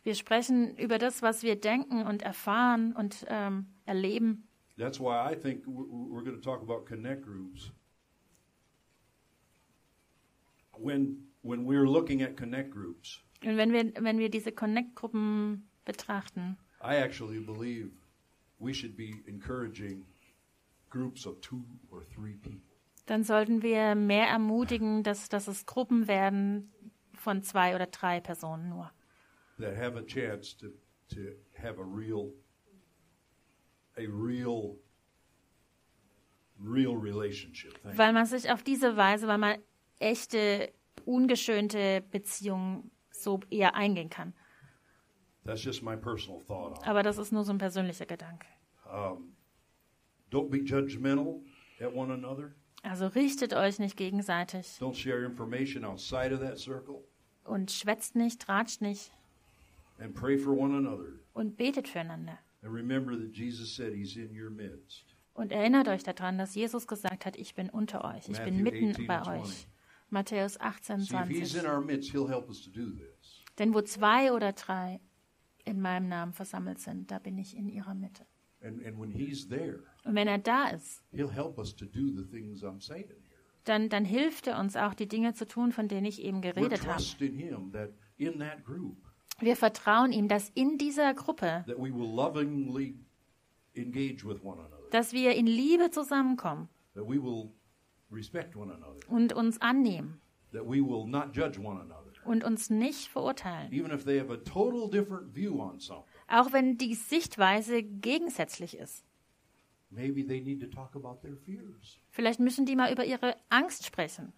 Wir sprechen über das, was wir denken und erfahren und ähm, erleben. That's why I think we're, we're going to talk about connect groups. When when we're looking at connect groups, Und wenn wir, wenn wir diese Connect-Gruppen betrachten, I actually believe we should be encouraging groups of two or three people. dann sollten wir mehr ermutigen, dass, dass es Gruppen werden von zwei oder drei Personen nur. that have a chance to, to have a real a real real relationship Thank Weil man sich auf diese Weise, weil man echte, ungeschönte Beziehungen so eher eingehen kann. you. that's just my personal thought on it. Aber das ist nur so ein persönlicher Gedanke. don't be judgmental at one another Also richtet euch nicht gegenseitig don't share information outside of that circle und schwätzt nicht, ratscht nicht and pray for one another und betet füreinander. and remember that jesus said he's in your midst Und erinnert euch daran, dass Jesus gesagt hat, ich bin unter euch, ich bin Matthew mitten 18 bei and 20. euch. Matthäus 18, see if he's in 20. our midst he'll help us to do this Denn wo zwei oder drei in meinem Namen versammelt sind, da bin ich in ihrer Mitte. and, and when he's there Und wenn er da ist, he'll help us to do the things i'm saying here dann, dann hilft er uns auch, die Dinge zu tun, von denen ich eben we're geredet habe. trusting him that in that group Wir vertrauen ihm, dass in dieser Gruppe, that we will lovingly engage with one another, dass wir in Liebe zusammenkommen that we will respect one another, und uns annehmen that we will not judge one another, und uns nicht verurteilen. even if they have a total different view on something. Auch wenn die Sichtweise gegensätzlich ist. Maybe they need to talk about their fears Vielleicht müssen die mal über ihre Angst sprechen.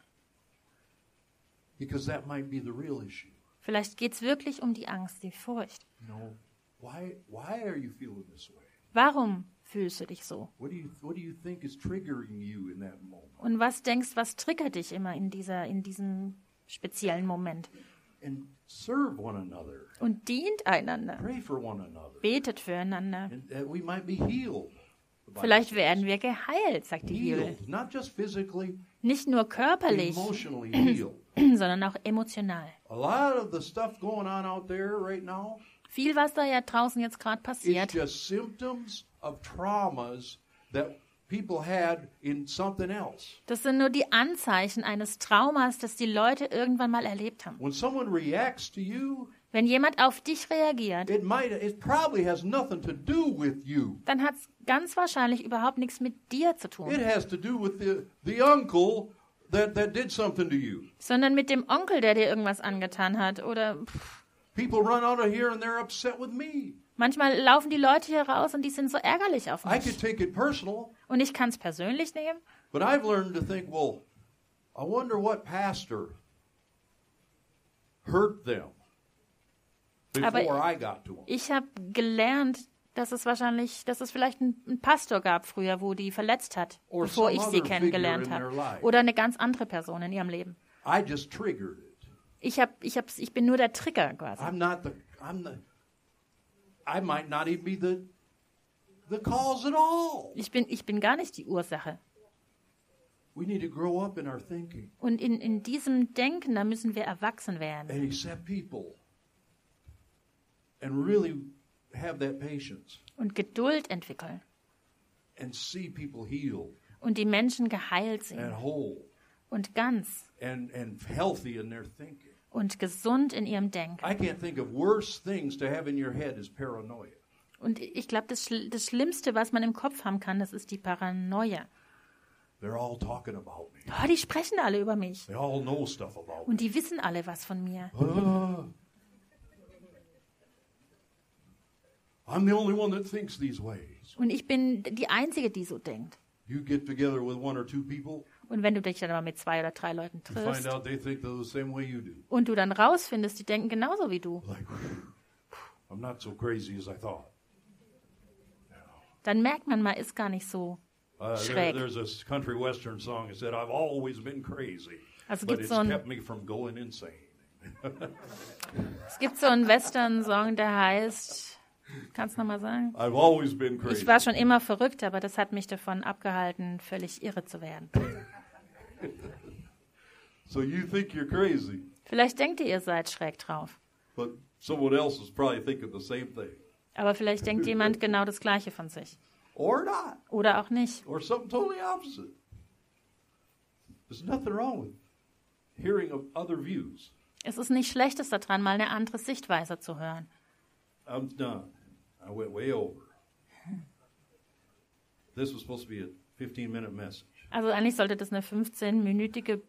because that might be the real issue. Vielleicht geht es wirklich um die Angst, die Furcht. You know, why why are you feeling this way? Warum fühlst du dich so? What do you what do you think is triggering you in that moment? Und was denkst, was triggert dich immer in, dieser, in diesem speziellen Moment? And serve one another, Und dient einander, pray for one another, betet füreinander. and that we might be healed. The Bible Vielleicht says. werden wir geheilt, sagt die Bibel. healed, not just physically, Nicht nur körperlich, emotionally healed. sondern auch emotional. A lot of the stuff going on out there right now Viel, was da ja draußen jetzt gerade is passiert, just symptoms of traumas that people had in something else. das sind nur die Anzeichen eines Traumas, das die Leute irgendwann mal erlebt haben. When someone reacts to you, Wenn jemand auf dich reagiert, it might it probably has nothing to do with you. dann hat es ganz wahrscheinlich überhaupt nichts mit dir zu It tun, has to do with the the uncle that, that did something to you. sondern mit dem Onkel, der dir irgendwas angetan hat. Oder pff, People run out of here and they're upset with me. manchmal laufen die Leute hier raus und die sind so ärgerlich auf I could mich. take it personal, Und ich kann es persönlich nehmen. but I've learned to think, well, I wonder what pastor hurt them Aber- before I got to them. Ich habe gelernt, dass es wahrscheinlich, dass es vielleicht einen einen Pastor gab früher, wo die verletzt hat, Or bevor some ich sie other kennengelernt figure in their habe. life. Oder eine ganz andere Person in ihrem Leben. I just triggered it. Ich, hab, ich, hab's, ich bin nur der Trigger quasi. I'm not the I'm the I might not even be the, the cause at all. Ich bin, ich bin gar nicht die Ursache. We need to grow up in our thinking Und in, in diesem Denken, da müssen wir erwachsen werden and accept people and really have that patience und Geduld entwickeln and see people healed und die Menschen geheilt and sehen whole und ganz and, and healthy in their thinking. und gesund in ihrem Denken. I can't think of worse things to have in your head as paranoia. Und ich glaube, das, Schl- das Schlimmste, was man im Kopf haben kann, das ist die Paranoia. They're all talking about me. Oh, die sprechen alle über mich. They all know stuff about me. Und die wissen alle was von mir. Ah. I'm the only one that thinks these ways. Und ich bin die Einzige, die so denkt. You get together with one or two people, Und wenn du dich dann mal mit zwei oder drei Leuten you find triffst out they think the same way you do. und du dann rausfindest, die denken genauso wie du, Like, I'm not so crazy as I thought. dann merkt man mal, ist gar nicht so. Uh, there, Schräg. there's this country western song that said, I've always been crazy, Also but gibt's it's so ein- kept me from going insane. Es gibt so einen Western-Song, der heißt, kannst du nochmal sagen? I've always been Ich crazy. war schon immer verrückt, aber das hat mich davon abgehalten, völlig irre zu werden. So you think you're crazy, Vielleicht denkt ihr, ihr seid schräg drauf. but someone else is probably thinking the same thing. Aber vielleicht denkt jemand genau das Gleiche von sich. Or not. Oder auch nicht. or something totally opposite. There's nothing wrong with hearing of other views. Es ist nicht Schlechtes daran, mal eine andere Sichtweise zu hören. I'm done. I went way over. This was supposed to be a 15 minute message. Also eigentlich sollte das eine 15-minütige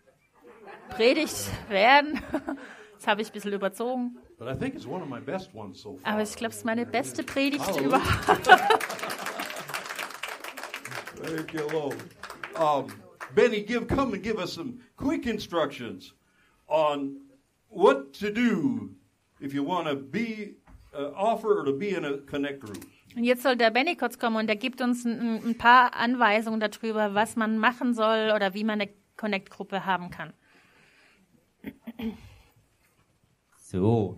Predigt werden. Das habe ich ein bisschen überzogen. But I think it's one of my best ones so far. Aber ich glaube, es ist meine beste Predigt Halleluja. überhaupt. Thank you, Lord. Um, Benny, give come and give us some quick instructions on what to do if you want to be uh, offer or to be in a connect group. Und jetzt soll der Benny kurz kommen und der gibt uns ein, ein paar Anweisungen darüber, was man machen soll oder wie man eine Connect-Gruppe haben kann. So.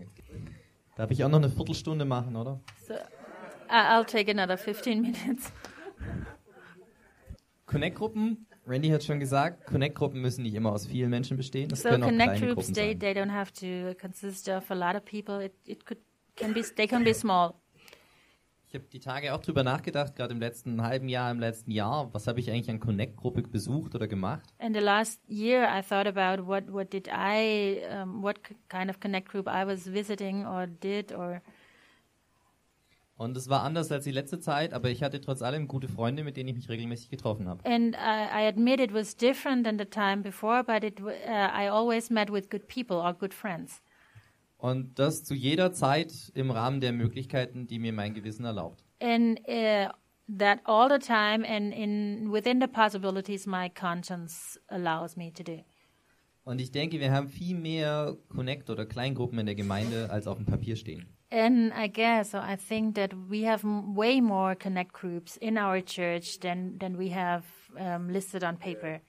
Darf ich auch noch eine Viertelstunde machen, oder? So, I- I'll take another 15 minutes. Connect-Gruppen, Randy hat schon gesagt, Connect-Gruppen müssen nicht immer aus vielen Menschen bestehen. Das So können auch connect kleine groups, Gruppen they, sein. they don't have to consist of a lot of people. It, it could, can be, they can be small. Ich habe die Tage auch drüber nachgedacht, gerade im letzten halben Jahr, im letzten Jahr, was habe ich eigentlich an Connect-Gruppe besucht oder gemacht? In the last year, I thought about what what did I, um, what k- kind of connect group I was visiting or did or Und es war anders als die letzte Zeit, aber ich hatte trotz allem gute Freunde, mit denen ich mich regelmäßig getroffen habe. and I, I admit it was different than the time before, but it w- uh, I always met with good people or good friends, Und das zu jeder Zeit im Rahmen der Möglichkeiten, die mir mein Gewissen erlaubt. and uh, that all the time and in within the possibilities my conscience allows me to do. Und ich denke, wir haben viel mehr Connect- oder Kleingruppen in der Gemeinde, als auf dem Papier stehen. And I guess so I think that we have m- way more connect groups in our church than than we have um, listed on paper.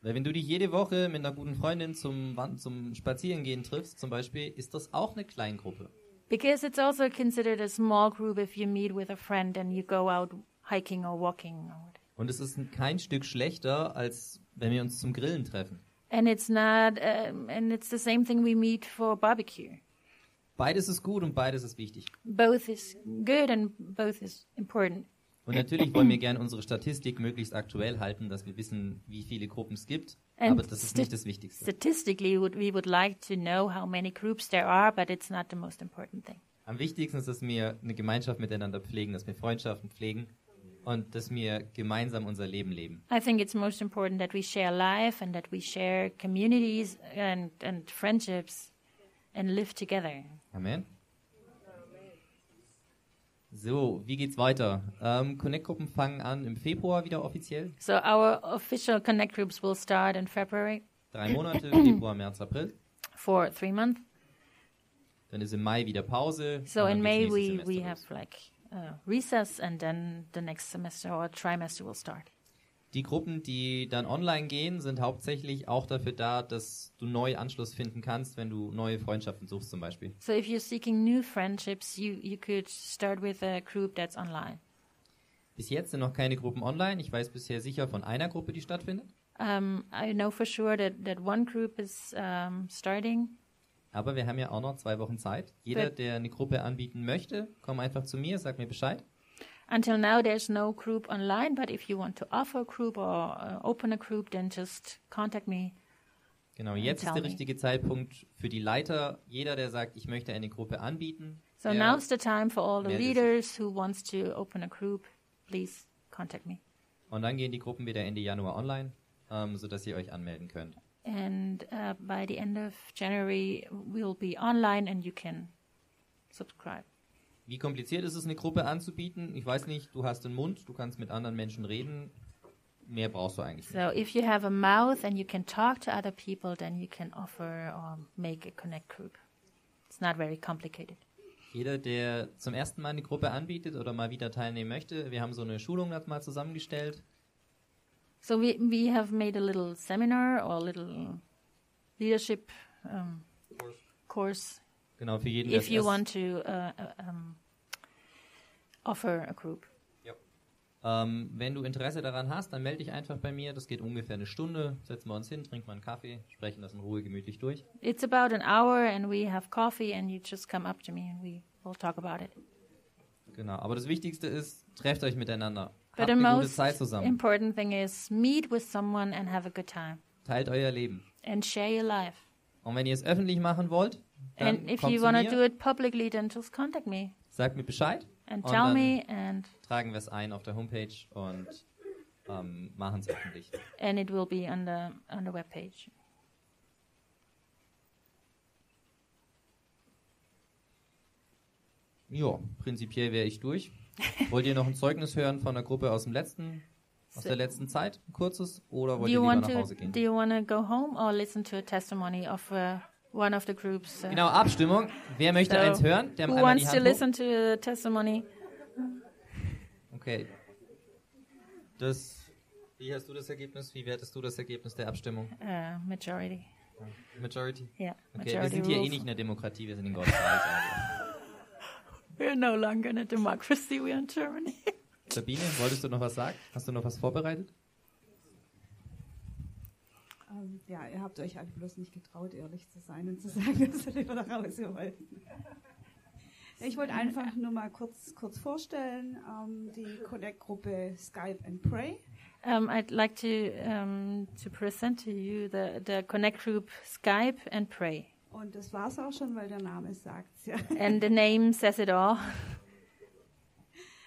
Weil wenn du dich jede Woche mit einer guten Freundin zum, Wan- zum Spazierengehen triffst, zum Beispiel, ist das auch eine Kleingruppe. Because it's also considered a small group if you meet with a friend and you go out hiking or walking. or what- Und es ist kein Stück schlechter, als wenn wir uns zum Grillen treffen. And it's not, um, and it's the same thing we meet for barbecue. Beides ist gut und beides ist wichtig. Both is good and both is important. Und natürlich wollen wir gerne unsere Statistik möglichst aktuell halten, dass wir wissen, wie viele Gruppen es gibt. And Aber das ist sti- nicht das Wichtigste. Statistically, would, we would like to know how many groups there are, but it's not the most important thing. Am wichtigsten ist, dass wir eine Gemeinschaft miteinander pflegen, dass wir Freundschaften pflegen und dass wir gemeinsam unser Leben leben. I think it's most important that we share life and that we share communities and, and friendships and live together. Amen. So, wie geht's weiter? Ähm, Connect-Gruppen fangen an im Februar wieder offiziell. So our official connect groups will start in February Drei Monate, Februar, März, April. for three months. Dann ist im Mai wieder Pause. So und dann in geht's May nächstes we, Semester we los. have like uh, recess, and then the next semester or trimester will start. Die Gruppen, die dann online gehen, sind hauptsächlich auch dafür da, dass du neu Anschluss finden kannst, wenn du neue Freundschaften suchst zum Beispiel. So if you're seeking new friendships, you, you could start with a group that's online. Bis jetzt sind noch keine Gruppen online. Ich weiß bisher sicher von einer Gruppe, die stattfindet. Um, I know for sure that, that one group is um, starting. Aber wir haben ja auch noch zwei Wochen Zeit. Jeder, Gut. der eine Gruppe anbieten möchte, komm einfach zu mir, sag mir Bescheid. Until now, there's no group online, but if you want to offer a group or uh, open a group, then just contact me. Genau, jetzt ist tell der me. richtige Zeitpunkt für die Leiter. Jeder, der sagt, ich möchte eine Gruppe anbieten. So der- now's the time for all the Yeah, this is- leaders who wants to open a group. Please contact me. Und dann gehen die Gruppen wieder Ende Januar online, ähm, sodass ihr euch anmelden könnt. And uh, by the end of January, we'll be online and you can subscribe. Wie kompliziert ist es, eine Gruppe anzubieten? Ich weiß nicht, du hast einen Mund, du kannst mit anderen Menschen reden. Mehr brauchst du eigentlich nicht. So if you have a mouth and you can talk to other people, then you can offer or make a connect group. It's not very complicated. Jeder, der zum ersten Mal eine Gruppe anbietet oder mal wieder teilnehmen möchte, wir haben so eine Schulung das mal zusammengestellt. So we we have made a little seminar or a little leadership um, course Genau, für jeden, der if das you erst- want to uh, uh, um, offer a group. Ähm, wenn du Interesse daran hast, dann melde dich einfach bei mir. Das geht ungefähr eine Stunde. Setzen wir uns hin, trinken mal einen Kaffee, sprechen das in Ruhe gemütlich durch. It's about an hour, and we have coffee, and you just come up to me, and we will talk about it. Genau. Aber das Wichtigste ist, trefft euch miteinander. But Habt the eine gute most Zeit zusammen. important thing is meet with someone and have a good time Teilt euer Leben. and share your life. Und wenn ihr es öffentlich machen wollt, dann and if kommt you zu want mir, to do it publicly, then just contact me sagt mir Bescheid. and Und tell dann- me, and tragen wir es ein auf der Homepage und ähm, machen es öffentlich. and it will be on the on the webpage. Ja, prinzipiell wäre ich durch. Wollt ihr noch ein Zeugnis hören von der Gruppe aus dem letzten, aus So- der letzten Zeit, ein kurzes, oder Do wollt ihr you lieber want nach Hause to gehen? do you want to go home or listen to a testimony of uh, one of the groups? Uh, Genau, Abstimmung. Wer möchte So, eins hören? Der who einmal wants die to Hand hoch. listen to a testimony? Okay. Das, wie hast du das Ergebnis? Wie wertest du das Ergebnis der Abstimmung? Uh, majority, Majority? yeah, Okay, wir majority sind hier eh rules. nicht in der Demokratie, wir sind in Gottes Reich. Also. We're no longer in a democracy. We're in Germany. Sabine, wolltest du noch was sagen? Hast du noch was vorbereitet? Ähm, ja, ihr habt euch alle bloß nicht getraut, ehrlich zu sein und zu sagen, dass ihr lieber nach Hause wollt. Ich wollte einfach nur mal kurz, kurz vorstellen, ähm, die Connect-Gruppe Skype and Pray. Um, I'd like to um, to present to you the the Connect group Skype and Pray, Und das war's auch schon, weil der Name sagt's ja. and the name says it all.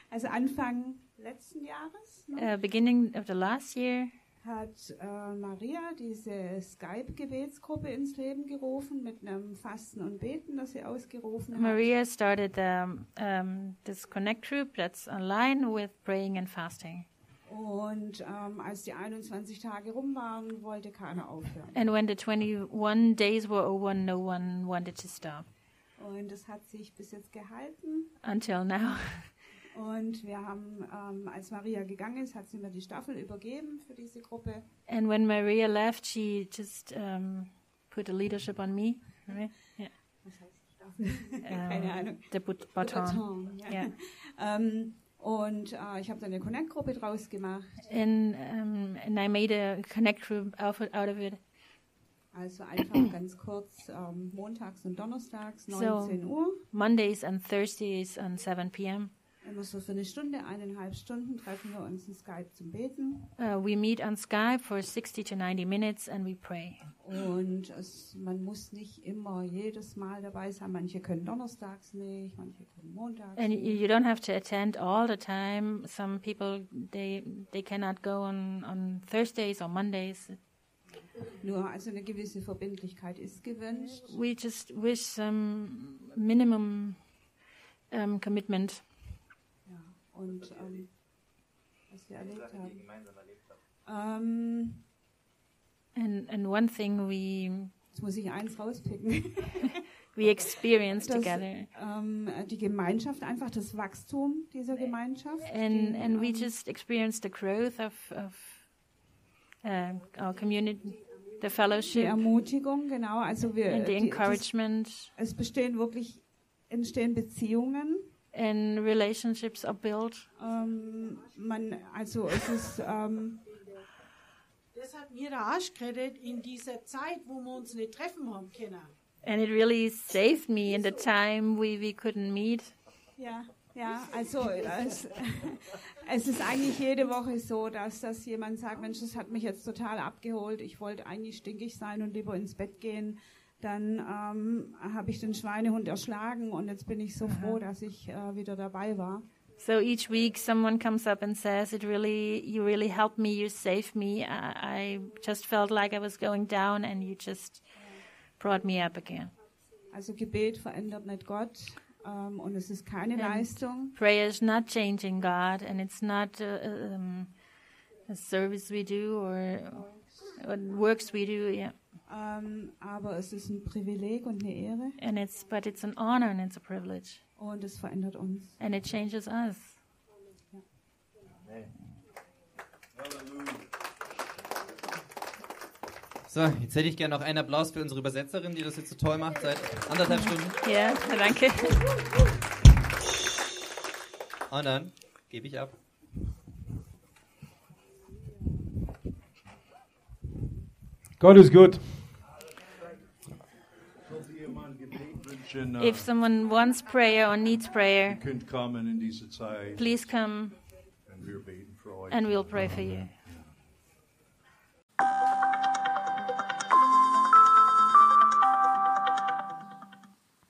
Also Anfang letzten Jahres ne, Uh, beginning of the last year, hat äh, Maria diese Skype-Gebetsgruppe ins Leben gerufen mit einem Fasten und Beten, das sie ausgerufen hat. Maria started um, um, this Connect group that's online with praying and fasting. Und ähm, als die 21 Tage rum waren, wollte keiner aufhören. And when the 21 days were over, no one wanted to stop Und das hat sich bis jetzt gehalten. until now. Und wir haben, ähm, als Maria gegangen ist, hat sie mir die Staffel übergeben für diese Gruppe. And when Maria left, she just um, put the leadership on me, right? Um, Was heißt Staffel? Keine Ahnung. the but- baton. Baton, ja. Ja. Ähm, und äh, ich habe dann eine Connect-Gruppe draus gemacht. And um, and I made a connect group out of out of it. Also einfach ganz kurz, ähm, montags und donnerstags, So. 19 Uhr. Mondays and Thursdays at 7 p.m. Immer so für eine Stunde, eineinhalb Stunden treffen wir uns in Skype zum Beten. Uh, we meet on Skype for 60 to 90 minutes and we pray. Und es, man muss nicht immer jedes Mal dabei sein. Manche können donnerstags nicht, manche können montags And nicht. you, you don't have to attend all the time. Some people they they cannot go on on Thursdays or Mondays. Nur also eine gewisse Verbindlichkeit ist gewünscht. We just wish some minimum um, commitment. Ja. Und ähm, was wir erlebt haben. Ähm, And and one thing we jetzt muss ich eins rauspicken. we experienced Das- together. ähm, die Gemeinschaft, einfach das Wachstum dieser Gemeinschaft. Äh, And die, and we ähm, just experienced the growth of of uh, our community, the Die fellowship, Ermutigung, genau. Also wir, and the die, das, encouragement. es bestehen wirklich entstehen Beziehungen. And relationships are built. Ähm, man, also es ist ähm, Das hat mir der Arsch gerettet in dieser Zeit, wo wir uns nicht treffen haben können. And it really saved me in the time we, we couldn't meet. ja, ja, also es, es ist eigentlich jede Woche so, dass das jemand sagt, Mensch, das hat mich jetzt total abgeholt. Ich wollte eigentlich stinkig sein und lieber ins Bett gehen. Dann ähm, habe ich den Schweinehund erschlagen und jetzt bin ich so froh, dass ich äh, wieder dabei war. So each week someone comes up and says, "It really, you really helped me. You saved me. I, I just felt like I was going down, and you just brought me up again." Also Gebet verändert nicht Gott ähm, und es ist keine Ja. Leistung. Prayer is not changing God, and it's not uh, um, a service we do or, or works we do. Yeah, Ähm, aber es ist ein Privileg und eine Ehre and it's but it's an honor and it's a privilege, und es verändert uns. and it changes us. So, jetzt hätte ich gerne noch einen Applaus für unsere Übersetzerin, die das jetzt so toll macht seit anderthalb Stunden. Yeah, danke. Und dann gebe ich ab. God is good. Falls ihr mal ein Gebet wünschen, äh, If someone wants prayer or needs prayer, könnt kommen in diese Zeit please come und wir beten für euch. and we'll pray for you.